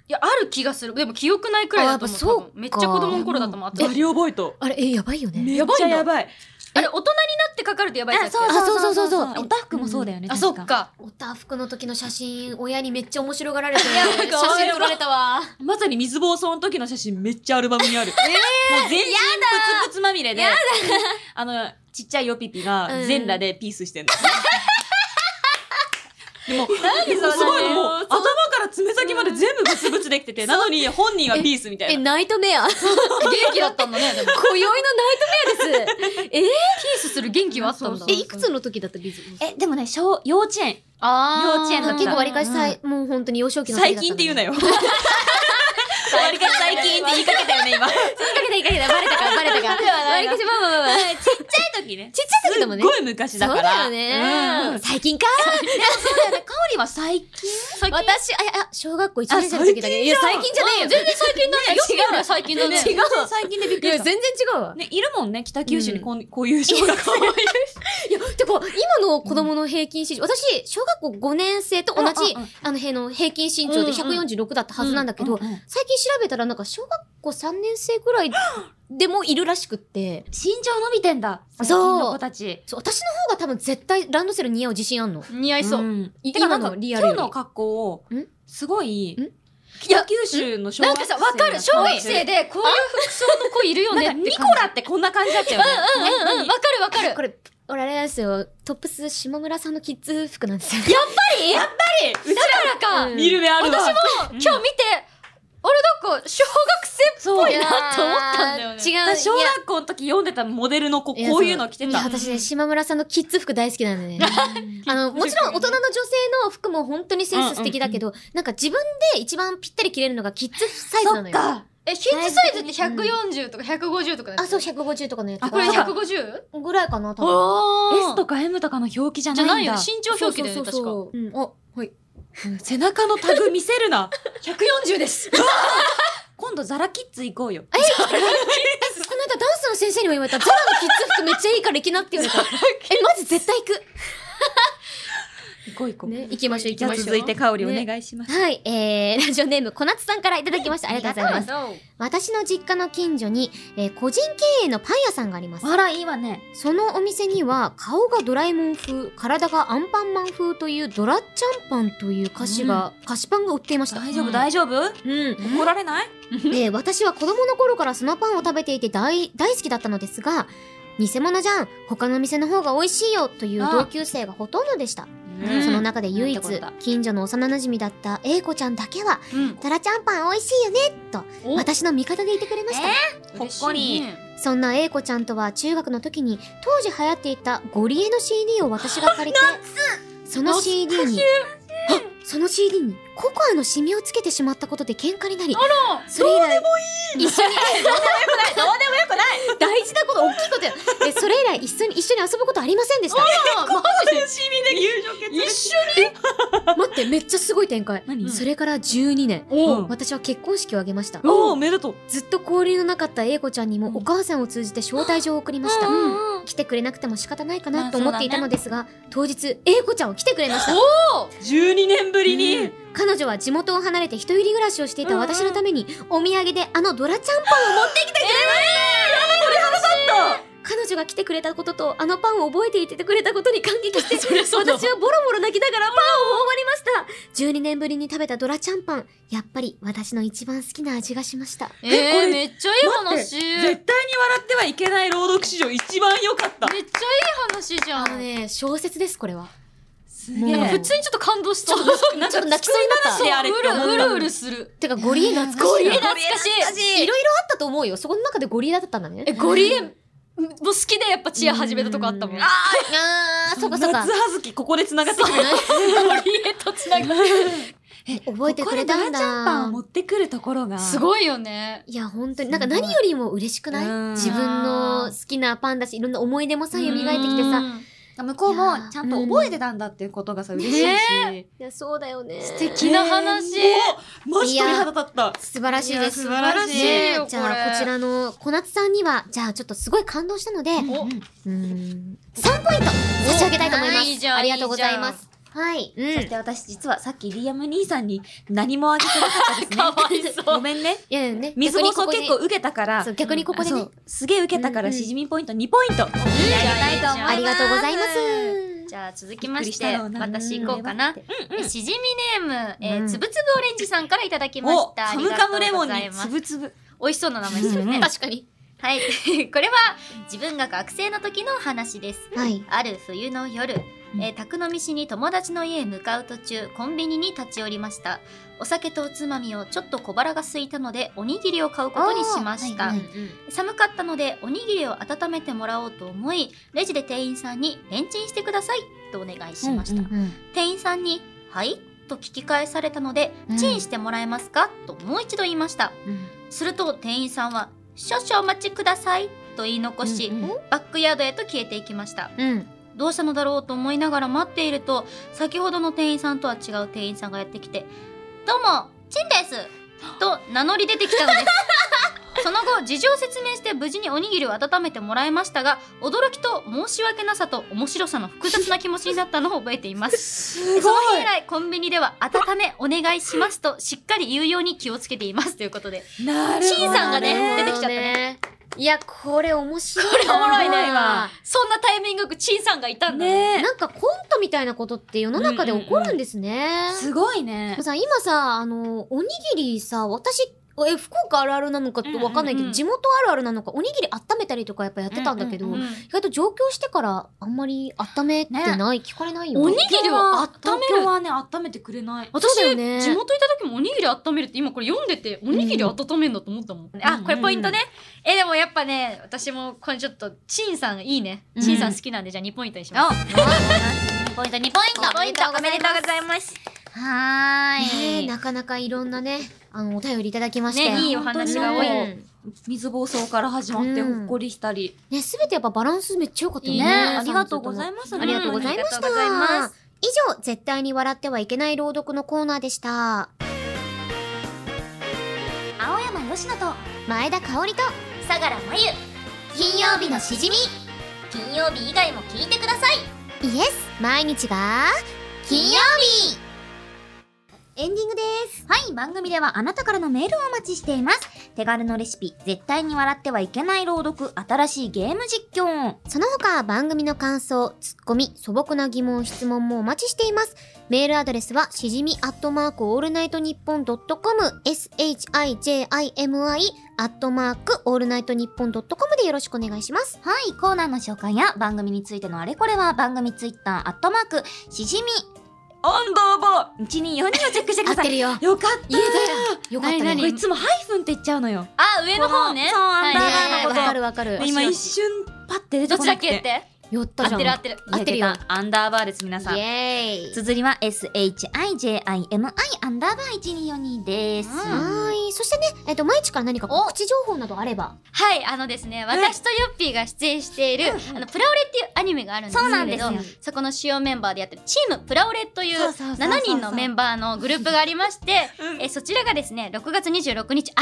[SPEAKER 2] や、ある気がする。でも記憶ないくらいだと思
[SPEAKER 1] あやっぱそう
[SPEAKER 2] う。多分めっちゃ子供の頃だと思う。あと
[SPEAKER 3] バリ覚えと。
[SPEAKER 1] あれ、え、やばいよね。
[SPEAKER 3] めっちゃやばい。
[SPEAKER 2] あれ、大人になってかかるとやばいや
[SPEAKER 6] あ
[SPEAKER 2] つ
[SPEAKER 6] そ
[SPEAKER 2] だっ
[SPEAKER 6] う
[SPEAKER 2] け
[SPEAKER 6] そうそうそうそう
[SPEAKER 1] あそうそうそうそう
[SPEAKER 6] おたふくもそうだよね、
[SPEAKER 2] あ、
[SPEAKER 6] 確
[SPEAKER 2] そっか。
[SPEAKER 1] おたふくの時の写真、親にめっちゃ面白がられて る、
[SPEAKER 2] やばい
[SPEAKER 1] 写真撮られたわ。
[SPEAKER 3] まさに水暴走の時の写真めっちゃアルバムにある。もう全身プツプツまみれで、あの、ちっちゃいヨピピが
[SPEAKER 1] うん
[SPEAKER 3] 全裸でピースしてんの。 でも、でもすごいのもう頭から爪先まで全部ブツブツできてて、なのに本人はピースみた
[SPEAKER 1] え、
[SPEAKER 3] いな。
[SPEAKER 1] ナイトメ ア。
[SPEAKER 2] 元気だったんだね。でも、
[SPEAKER 1] 今宵のナイトメアです。
[SPEAKER 2] ピースする元気はあったんだ。
[SPEAKER 1] え、いくつの時だったビズ
[SPEAKER 3] え、でもね、小、幼稚園。
[SPEAKER 2] あー
[SPEAKER 3] 幼稚園だった
[SPEAKER 1] 結構割り返しさい、もう本当に幼少期の時
[SPEAKER 3] 最
[SPEAKER 1] だった
[SPEAKER 3] 近って言う
[SPEAKER 1] の
[SPEAKER 3] な よ。割りかし最近って言いかけたよね、今。
[SPEAKER 1] いかけたいかけたバレたかバレたか割り返しまあまあまあまあ
[SPEAKER 3] ちっちゃい時ね。
[SPEAKER 1] ちっちゃい時だもんね
[SPEAKER 3] すっごい昔だから。
[SPEAKER 1] そうだよね、
[SPEAKER 3] うん
[SPEAKER 1] 最近か
[SPEAKER 2] かおりは最近最近
[SPEAKER 1] 私あいやあ小学校1年生の時だけどいや最近じゃねえよ全然最近
[SPEAKER 2] 違うよ、最近だね。
[SPEAKER 1] 違う
[SPEAKER 3] 最近でびっく
[SPEAKER 1] いや
[SPEAKER 3] り
[SPEAKER 1] 全
[SPEAKER 3] した。
[SPEAKER 1] 然違うわ
[SPEAKER 3] ね、いるもんね、北九州にこ,、うこういう小学校。
[SPEAKER 1] いやてか今の子供の平均身長私小学校5年生と同じ、
[SPEAKER 3] うんうん
[SPEAKER 1] あのへの平均身長で
[SPEAKER 2] うんうん
[SPEAKER 1] 146だったはずなんだけど、
[SPEAKER 3] うんうん
[SPEAKER 1] 最近調べたらなんか小学校3年生ぐらいでもいるらしくって
[SPEAKER 3] 身長伸びてんだ。
[SPEAKER 1] そう
[SPEAKER 3] 最近の子たち。
[SPEAKER 1] そう私の方が多分絶対ランドセル似合う自信あんの
[SPEAKER 2] 似合いそう。
[SPEAKER 3] ん
[SPEAKER 1] い
[SPEAKER 3] てか
[SPEAKER 1] 今
[SPEAKER 3] なんか
[SPEAKER 1] のリアルよ
[SPEAKER 3] 今日
[SPEAKER 1] り
[SPEAKER 3] の格好を
[SPEAKER 1] ん、
[SPEAKER 3] すごい
[SPEAKER 1] ん、
[SPEAKER 3] 北九州の小
[SPEAKER 2] なん
[SPEAKER 3] 学
[SPEAKER 2] か
[SPEAKER 3] 生
[SPEAKER 2] さ、わかる。小学生
[SPEAKER 3] で。
[SPEAKER 2] でこういう服装の子いるよ
[SPEAKER 3] なん
[SPEAKER 2] ね
[SPEAKER 3] か
[SPEAKER 2] って
[SPEAKER 3] ニコ
[SPEAKER 2] 感じ。
[SPEAKER 3] ラってこんな感じだったよね。
[SPEAKER 2] うんうんうん、わかるわかる。
[SPEAKER 1] これ、俺あれなんですよ、トップス、下村さんのキッズ服なんですよ。や
[SPEAKER 2] だからか、
[SPEAKER 1] うん
[SPEAKER 3] 見る目あるわ。
[SPEAKER 2] 私も今日見て、俺なんか小学生っぽいなって思ったんだよね。
[SPEAKER 1] 違う。いや
[SPEAKER 3] 私小学校の時読んでたモデルの子、こ
[SPEAKER 1] いや
[SPEAKER 3] ういうの着て
[SPEAKER 1] いや
[SPEAKER 3] た。
[SPEAKER 1] 私ね、島村さんのキッズ服大好きなんで ね。あの、もちろん大人の女性の服も本当にセンス素敵だけど、なんか自分で一番ぴったり着れるのがキッズサイズなのよ。
[SPEAKER 2] え、ヒッズサイズって140とか150とか
[SPEAKER 1] あ、そう、
[SPEAKER 2] う。
[SPEAKER 1] 150とかのやつ
[SPEAKER 3] あ
[SPEAKER 2] これ
[SPEAKER 3] そうか
[SPEAKER 2] 150?
[SPEAKER 1] ぐらいかな、多分。
[SPEAKER 2] お
[SPEAKER 3] S とか M とかの表記じゃ
[SPEAKER 2] じゃ
[SPEAKER 3] な
[SPEAKER 2] ない
[SPEAKER 3] ん
[SPEAKER 2] いよ
[SPEAKER 3] だ
[SPEAKER 2] ね。。身長表記だよ
[SPEAKER 1] そ
[SPEAKER 2] ね、
[SPEAKER 1] う
[SPEAKER 2] 確
[SPEAKER 1] そう
[SPEAKER 2] か。
[SPEAKER 1] そううん、あ、はい。
[SPEAKER 3] 背中のタグ見せるな。
[SPEAKER 2] 140です。
[SPEAKER 3] 今度ザラキッズ行こうよ。
[SPEAKER 1] この間ダンスの先生にも言われた、ゾラのキッズ服めっちゃいいから行きなって言わ れた。え、マジ絶対行く。
[SPEAKER 3] 行こう行こう。
[SPEAKER 1] ね、行きましょう、行き
[SPEAKER 3] じゃ
[SPEAKER 1] ま
[SPEAKER 3] あ
[SPEAKER 1] しょう。
[SPEAKER 3] 続いて香りお願いします。
[SPEAKER 1] はい、えー、ラジオネーム、小夏さんからいただきました。ありがとうございます。私の実家の近所に、えー個人経営のパン屋さんがあります。
[SPEAKER 6] あらいいわね
[SPEAKER 1] そのお店には、顔がドラえもん風、体がアンパンマン風というドラッチャンパンという菓子が、菓子パンが売っていました。
[SPEAKER 3] 大丈夫大丈夫
[SPEAKER 1] うん。
[SPEAKER 3] 怒られない
[SPEAKER 1] で、私は子供の頃からそのパンを食べていて大、大好きだったのですが、偽物じゃん他の店の方が美味しいよという同級生がほとんどでした。
[SPEAKER 2] うん
[SPEAKER 1] その中で唯一
[SPEAKER 3] なんてことだ、
[SPEAKER 1] 近所の幼馴染だった英子ちゃんだけは、
[SPEAKER 2] うん。
[SPEAKER 1] ドラちゃんパン美味しいよねと
[SPEAKER 2] お
[SPEAKER 1] 私の味方でいてくれました、
[SPEAKER 3] ほっこ
[SPEAKER 2] 嬉し
[SPEAKER 3] り
[SPEAKER 2] いね。
[SPEAKER 1] そんな英子ちゃんとは中学の時に当時流行っていたゴリエの CD を私が借りてその CD にあその CD にココアのシミをつけてしまったことで喧嘩になり
[SPEAKER 2] あ
[SPEAKER 1] それ以来一緒に
[SPEAKER 3] どうでもよくない
[SPEAKER 1] 大事なこと大きいことやでそれ以来一緒に一緒に遊ぶことありませんでした
[SPEAKER 2] ら、
[SPEAKER 3] シミで友情
[SPEAKER 2] 一
[SPEAKER 3] 結
[SPEAKER 2] 緒
[SPEAKER 1] 待ってめっちゃすごい展開
[SPEAKER 3] 何
[SPEAKER 1] それから12年
[SPEAKER 3] おう
[SPEAKER 1] 私は結婚式を挙げました
[SPEAKER 3] おおめでとう
[SPEAKER 1] ずっと交流のなかった英子ちゃんにもお母さんを通じて招待状を送りました、来てくれなくても仕方ないか
[SPEAKER 3] ま
[SPEAKER 1] な
[SPEAKER 3] あ
[SPEAKER 1] と思っていたのですが、当日英子ちゃんを来てくれました
[SPEAKER 3] 12年ぶりに
[SPEAKER 1] 彼女は地元を離れて一人暮らしをしていた私のためにお土産であのドラちゃんパンを持ってきてくれました、彼女が来てくれたこととあのパンを覚えていてくれたことに感激 して私はボロボロ泣きながらパンを頬張りました12年ぶりに食べたドラちゃんパンやっぱり私の一番好きな味がしました
[SPEAKER 2] え
[SPEAKER 3] えこれ
[SPEAKER 2] ー、めっちゃいい話。
[SPEAKER 3] 絶
[SPEAKER 2] め
[SPEAKER 3] 対
[SPEAKER 2] っ
[SPEAKER 3] に笑ってはいけない朗読史上一番良かった
[SPEAKER 2] ちゃいい話じゃ
[SPEAKER 1] あの
[SPEAKER 2] ん。
[SPEAKER 1] ね小説ですこれは
[SPEAKER 3] す
[SPEAKER 1] え
[SPEAKER 2] なんか
[SPEAKER 1] もう
[SPEAKER 2] 普通にちょっと感動し そう。
[SPEAKER 3] なん
[SPEAKER 1] ちょっ
[SPEAKER 3] か
[SPEAKER 1] と泣きそうになった
[SPEAKER 3] 作り話であれって思
[SPEAKER 2] う
[SPEAKER 3] っ
[SPEAKER 2] る
[SPEAKER 3] た
[SPEAKER 2] うるする。
[SPEAKER 1] てかゴリエ懐かしいな
[SPEAKER 2] 懐かしい。
[SPEAKER 1] いろいろあったと思うよそこの中でゴリエだったんだね
[SPEAKER 2] え、ゴリエ、もう好きでやっぱチア始めたとこあったもん。
[SPEAKER 3] う
[SPEAKER 2] あ
[SPEAKER 3] ん
[SPEAKER 1] あー、そっかそっか
[SPEAKER 3] 夏。葉月、ここで繋がってくる。
[SPEAKER 2] ー、リエとつな が
[SPEAKER 1] 覚えてくれたん
[SPEAKER 3] ここでドラちゃんパンを
[SPEAKER 1] だ。
[SPEAKER 3] 持ってくるところが。
[SPEAKER 2] す
[SPEAKER 3] い。
[SPEAKER 2] ごいよね。
[SPEAKER 1] いや、本当に、なんか何よりも嬉しくない
[SPEAKER 3] うん
[SPEAKER 1] 自分の好きなパンだし、いろんな思い出もさ、蘇ってきてさ。
[SPEAKER 2] うん
[SPEAKER 3] 向こうもちゃんと覚えてたんだっていうことがさ、嬉しいし。
[SPEAKER 1] いや、そうだよね。
[SPEAKER 2] 素敵な話。
[SPEAKER 3] マジ鳥肌立った。
[SPEAKER 1] 素晴らしいです。
[SPEAKER 3] いや素晴らしい
[SPEAKER 1] ね
[SPEAKER 2] よ
[SPEAKER 1] じゃあ、
[SPEAKER 2] これ
[SPEAKER 1] こちらの小夏さんには、じゃあ、ちょっとすごい感動したので、う
[SPEAKER 2] お
[SPEAKER 1] ーん、3ポイント差し上げたいと思いま
[SPEAKER 2] おいいじ
[SPEAKER 1] す。
[SPEAKER 2] ゃん
[SPEAKER 1] ありがとうございます。はい。うん。
[SPEAKER 3] そして私実はさっきリアム兄さんに何もあげてなかったですね。
[SPEAKER 2] かわいそう
[SPEAKER 3] ごめんね。
[SPEAKER 1] いやいやね。
[SPEAKER 3] 水放送
[SPEAKER 1] 逆
[SPEAKER 3] 結
[SPEAKER 1] に
[SPEAKER 3] 構
[SPEAKER 1] ここで
[SPEAKER 3] 受けたから。
[SPEAKER 1] そう逆にここでね
[SPEAKER 3] あそうすげえ受けたか
[SPEAKER 1] う
[SPEAKER 3] ら
[SPEAKER 1] んうん
[SPEAKER 3] しじみポイント2ポイント。
[SPEAKER 2] ありが
[SPEAKER 1] ありがとうございます。
[SPEAKER 2] じゃあ続きまして、私行こうかな。えしじみネーム、え
[SPEAKER 1] う
[SPEAKER 2] ー、
[SPEAKER 1] ん
[SPEAKER 2] つぶつぶオレンジさんからいただきま
[SPEAKER 3] お、
[SPEAKER 2] した。
[SPEAKER 3] カ
[SPEAKER 2] あり
[SPEAKER 3] ム
[SPEAKER 2] がと
[SPEAKER 3] カ
[SPEAKER 2] う
[SPEAKER 3] ムレモ
[SPEAKER 2] ご
[SPEAKER 3] ン
[SPEAKER 2] ざ
[SPEAKER 3] に
[SPEAKER 2] いま
[SPEAKER 3] つ
[SPEAKER 2] す
[SPEAKER 3] ぶつぶ。
[SPEAKER 2] 美味しそうな名前ですよね。
[SPEAKER 1] 確かに。
[SPEAKER 2] はい。 これは、自分が学生の時の話です。
[SPEAKER 1] はい。
[SPEAKER 2] ある冬の夜、えー宅飲みしに友達の家へ向かう途中コンビニに立ち寄りましたお酒とおつまみをちょっと小腹が空いたのでおにぎりを買うことにしました、
[SPEAKER 1] はい
[SPEAKER 2] 寒かったのでおにぎりを温めてもらおうと思いレジで店員さんに「レンチンしてください」とお願いしました、
[SPEAKER 3] うんうん
[SPEAKER 1] うん
[SPEAKER 2] 店員さんに「はい?」と聞き返されたので「
[SPEAKER 1] うん
[SPEAKER 2] チンしてもらえますか?」ともう一度言いました
[SPEAKER 1] うん
[SPEAKER 2] すると店員さんは「少々お待ちください」と言い残し、
[SPEAKER 3] うんうん
[SPEAKER 2] バックヤードへと消えていきました
[SPEAKER 1] うん。
[SPEAKER 2] どうしたのだろうと思いながら待っていると先ほどの店員さんとは違う店員さんがやってきて「どうもチンです!」と名乗り出てきたの ですその後事情を説明して無事におにぎりを温めてもらいましたが驚きと申し訳なさと面白さの複雑な気持ちになったのを覚えてい ますその日以来コンビニでは「温めお願いします」としっかり言うように気をつけていますということで
[SPEAKER 3] なるほど。
[SPEAKER 2] シンさんがね出てきちゃった
[SPEAKER 1] ね。いや、これ面白い。
[SPEAKER 2] これおもろいね
[SPEAKER 1] な
[SPEAKER 2] そんなタイミングよくチンさんがいたんだね
[SPEAKER 3] ね
[SPEAKER 1] んかコントみたいなことって世の中で起こるんですね。
[SPEAKER 3] すごいね
[SPEAKER 1] もう。さ、今さ、あの、おにぎりさ、私、え、福岡あるあるなのかとわかんないけ
[SPEAKER 2] うんうんう
[SPEAKER 1] ど、
[SPEAKER 2] ん
[SPEAKER 1] 地元あるあるなのか、おにぎり温めたりとかやっぱやってたんだけど、
[SPEAKER 3] うん
[SPEAKER 2] うん
[SPEAKER 1] 意外と上京してからあんまり温めてない、聞かれないよ
[SPEAKER 2] お
[SPEAKER 1] ね
[SPEAKER 2] に。ぎりを温
[SPEAKER 3] 東
[SPEAKER 2] める
[SPEAKER 3] 京はね、温めてくれない。
[SPEAKER 2] 私、
[SPEAKER 1] そうだよね
[SPEAKER 2] 地元いた時もおにぎり温めるって今これ読んでておにぎり温めるんだと思ったもん、あこれポイントね、えでもやっぱね私もこれちょっと陳さんいいね
[SPEAKER 3] うん
[SPEAKER 2] 陳さん好きなんでじゃあ2ポイントにします、
[SPEAKER 6] 2ポイント、2ポイント
[SPEAKER 1] ポイントおめでとうござい
[SPEAKER 6] ます。は
[SPEAKER 1] ね
[SPEAKER 6] ー
[SPEAKER 1] え
[SPEAKER 6] い。
[SPEAKER 1] なかなかいろんなね、あの、お便りいただきまして。
[SPEAKER 2] ねいいお話
[SPEAKER 3] が多い
[SPEAKER 1] うん
[SPEAKER 3] 水暴走から始まって、
[SPEAKER 1] うん
[SPEAKER 3] ほっこりしたり。
[SPEAKER 1] ね、すべてやっぱバランスめっちゃ良かったよ
[SPEAKER 2] いい
[SPEAKER 1] ね。
[SPEAKER 2] ね
[SPEAKER 3] ありがとうござい
[SPEAKER 1] ま
[SPEAKER 3] ます。
[SPEAKER 1] ありがとうございました。
[SPEAKER 2] うんありがとうございます
[SPEAKER 1] 以上、絶対に笑ってはいけない朗読のコーナーでした。
[SPEAKER 6] 青山よしのと、
[SPEAKER 1] 前田香織と、
[SPEAKER 6] 相良真由。
[SPEAKER 1] 金曜日のしじみ、
[SPEAKER 6] 金曜日以外も聞いてください。
[SPEAKER 1] イエス毎日が、金曜日エンディングです。
[SPEAKER 6] はい、番組ではあなたからのメールをお待ちしています。手軽のレシピ、絶対に笑ってはいけない朗読、新しいゲーム実況。
[SPEAKER 1] その他、番組の感想、ツッコミ、素朴な疑問、質問もお待ちしています。メールアドレスは、しじみアットマークオールナイトニッポンドットコム、shijimi アットマークオールナイトニッポンドットコムでよろしくお願いします。
[SPEAKER 6] はい、コーナーの紹介や番組についてのあれこれは番組ツイッター、アットマーク、しじみ、
[SPEAKER 3] アンダーバー124をチェックして
[SPEAKER 1] 合
[SPEAKER 3] くだ
[SPEAKER 1] っ
[SPEAKER 3] さ
[SPEAKER 1] て
[SPEAKER 3] い。
[SPEAKER 1] るよ。
[SPEAKER 3] よかった。
[SPEAKER 1] 言えたよ。よかった
[SPEAKER 3] これ
[SPEAKER 1] ね。
[SPEAKER 3] いつもハイフンって言っちゃうのよ。
[SPEAKER 2] あ上の方ね
[SPEAKER 3] そう、アンダ
[SPEAKER 1] あ
[SPEAKER 3] ーバ
[SPEAKER 1] わ
[SPEAKER 3] ーのこ
[SPEAKER 1] か
[SPEAKER 3] と。
[SPEAKER 1] るわかる
[SPEAKER 3] で。今一瞬パッて出
[SPEAKER 2] ど
[SPEAKER 3] て
[SPEAKER 2] っ
[SPEAKER 3] こ
[SPEAKER 2] ち
[SPEAKER 3] な
[SPEAKER 2] だっ
[SPEAKER 3] く。
[SPEAKER 2] けってて
[SPEAKER 1] 寄った
[SPEAKER 2] 合
[SPEAKER 1] じゃ
[SPEAKER 2] っ
[SPEAKER 1] ん。
[SPEAKER 2] てる合ってる
[SPEAKER 1] 合ってるよ
[SPEAKER 3] いや出たアンダーバーです、皆さん
[SPEAKER 1] イ。エーイ。
[SPEAKER 6] 綴りは SHIJIMI アンダーバー1242です。
[SPEAKER 1] はーい。そしてね、えっと、毎日から何か告知情報などあれば。
[SPEAKER 2] はいあのですね私とヨッピーが出演している、あのプラオレっていうアニメがあるんですけ
[SPEAKER 6] そうなんで
[SPEAKER 2] れ
[SPEAKER 6] す
[SPEAKER 2] ど
[SPEAKER 6] よ
[SPEAKER 2] そこの主要メンバーでやってるチームプラオレという
[SPEAKER 3] そうそうそうそう
[SPEAKER 2] 7人のメンバーのグループがありまして、
[SPEAKER 3] うん
[SPEAKER 2] えそちらがですね6月26日明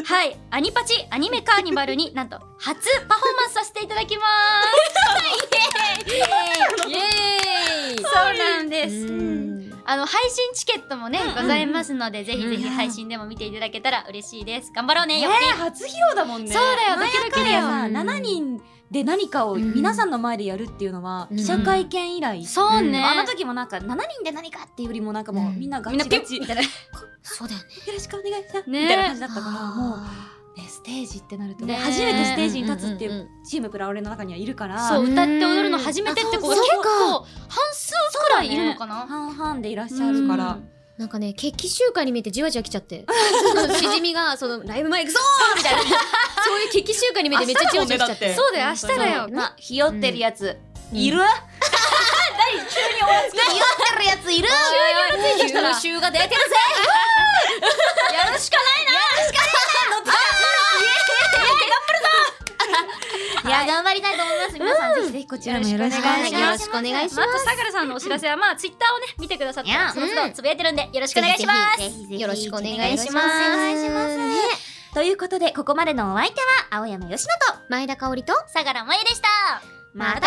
[SPEAKER 2] 日はいアニパチアニメカーニバルになんと初パフォーマンスさせていただきますイエー イイエーイそうなんですあの配信チケットもね、ございますのでぜひぜひ配信でも見ていただけたら嬉しいです頑張ろうね
[SPEAKER 3] ね
[SPEAKER 2] よっぴー、
[SPEAKER 3] 初披露だもんね。
[SPEAKER 2] そうだよドキドキだよ
[SPEAKER 3] さ、7人で何かを皆さんの前でやるっていうのは、
[SPEAKER 1] うん
[SPEAKER 3] 記者会見以来。
[SPEAKER 2] そうね、
[SPEAKER 3] あの時もなんか7人で何かっていうよりもなんかもうみんなガ
[SPEAKER 2] みんな
[SPEAKER 3] チ
[SPEAKER 2] ピ
[SPEAKER 3] ガ
[SPEAKER 2] ュッ
[SPEAKER 3] チ
[SPEAKER 2] み
[SPEAKER 3] よ
[SPEAKER 2] たいな
[SPEAKER 1] そうだよね。
[SPEAKER 3] ろしくお願いします
[SPEAKER 2] ね
[SPEAKER 3] みたいな感じだったからもう
[SPEAKER 1] あ
[SPEAKER 3] ねステージってなるとね
[SPEAKER 2] ね
[SPEAKER 3] 初めてステージに立つってい
[SPEAKER 1] うんうん
[SPEAKER 3] うチームプラオレの中にはいるから
[SPEAKER 2] そう
[SPEAKER 1] うん
[SPEAKER 2] 歌って踊るの初めてって子が
[SPEAKER 1] あそ
[SPEAKER 2] 結
[SPEAKER 1] うそう
[SPEAKER 2] 構半数くらいいるのかな、
[SPEAKER 3] 半々でいらっしゃるから
[SPEAKER 1] ーなんかね、決起集会に見えてじわじわ来ちゃって。そのしじみが、その、ライブ前行くぞーみたいな。そういう劇習慣に見てめっちゃじわじわしちゃって。
[SPEAKER 7] 明日だもんねだって
[SPEAKER 1] そうだよ、明日だよ。
[SPEAKER 2] な、ひよってるやつ、い る何急に終わってるやついる
[SPEAKER 1] 急に優秀が出てるぜ
[SPEAKER 2] やるしかないなやるしかないなのいや、頑張りたいと思います。皆さん、ぜひぜひこちらもよろしくお願いし
[SPEAKER 3] よ
[SPEAKER 2] ま
[SPEAKER 3] ろ
[SPEAKER 2] す。
[SPEAKER 3] しくお願いし
[SPEAKER 8] ま
[SPEAKER 3] ま
[SPEAKER 8] ああとさくらさんのお知らせはまあツイッターをね見てくださって
[SPEAKER 2] いや
[SPEAKER 8] その都度つぶやいてるんでよろしくお願いします
[SPEAKER 2] ぜひぜ
[SPEAKER 3] す。
[SPEAKER 2] ひ
[SPEAKER 3] よろしくお願いします。
[SPEAKER 2] お願いします
[SPEAKER 3] ね
[SPEAKER 2] ということで、ここまでのお相手は、青山よしのと、
[SPEAKER 3] 前田香織と
[SPEAKER 8] 相良萌えでした
[SPEAKER 2] また来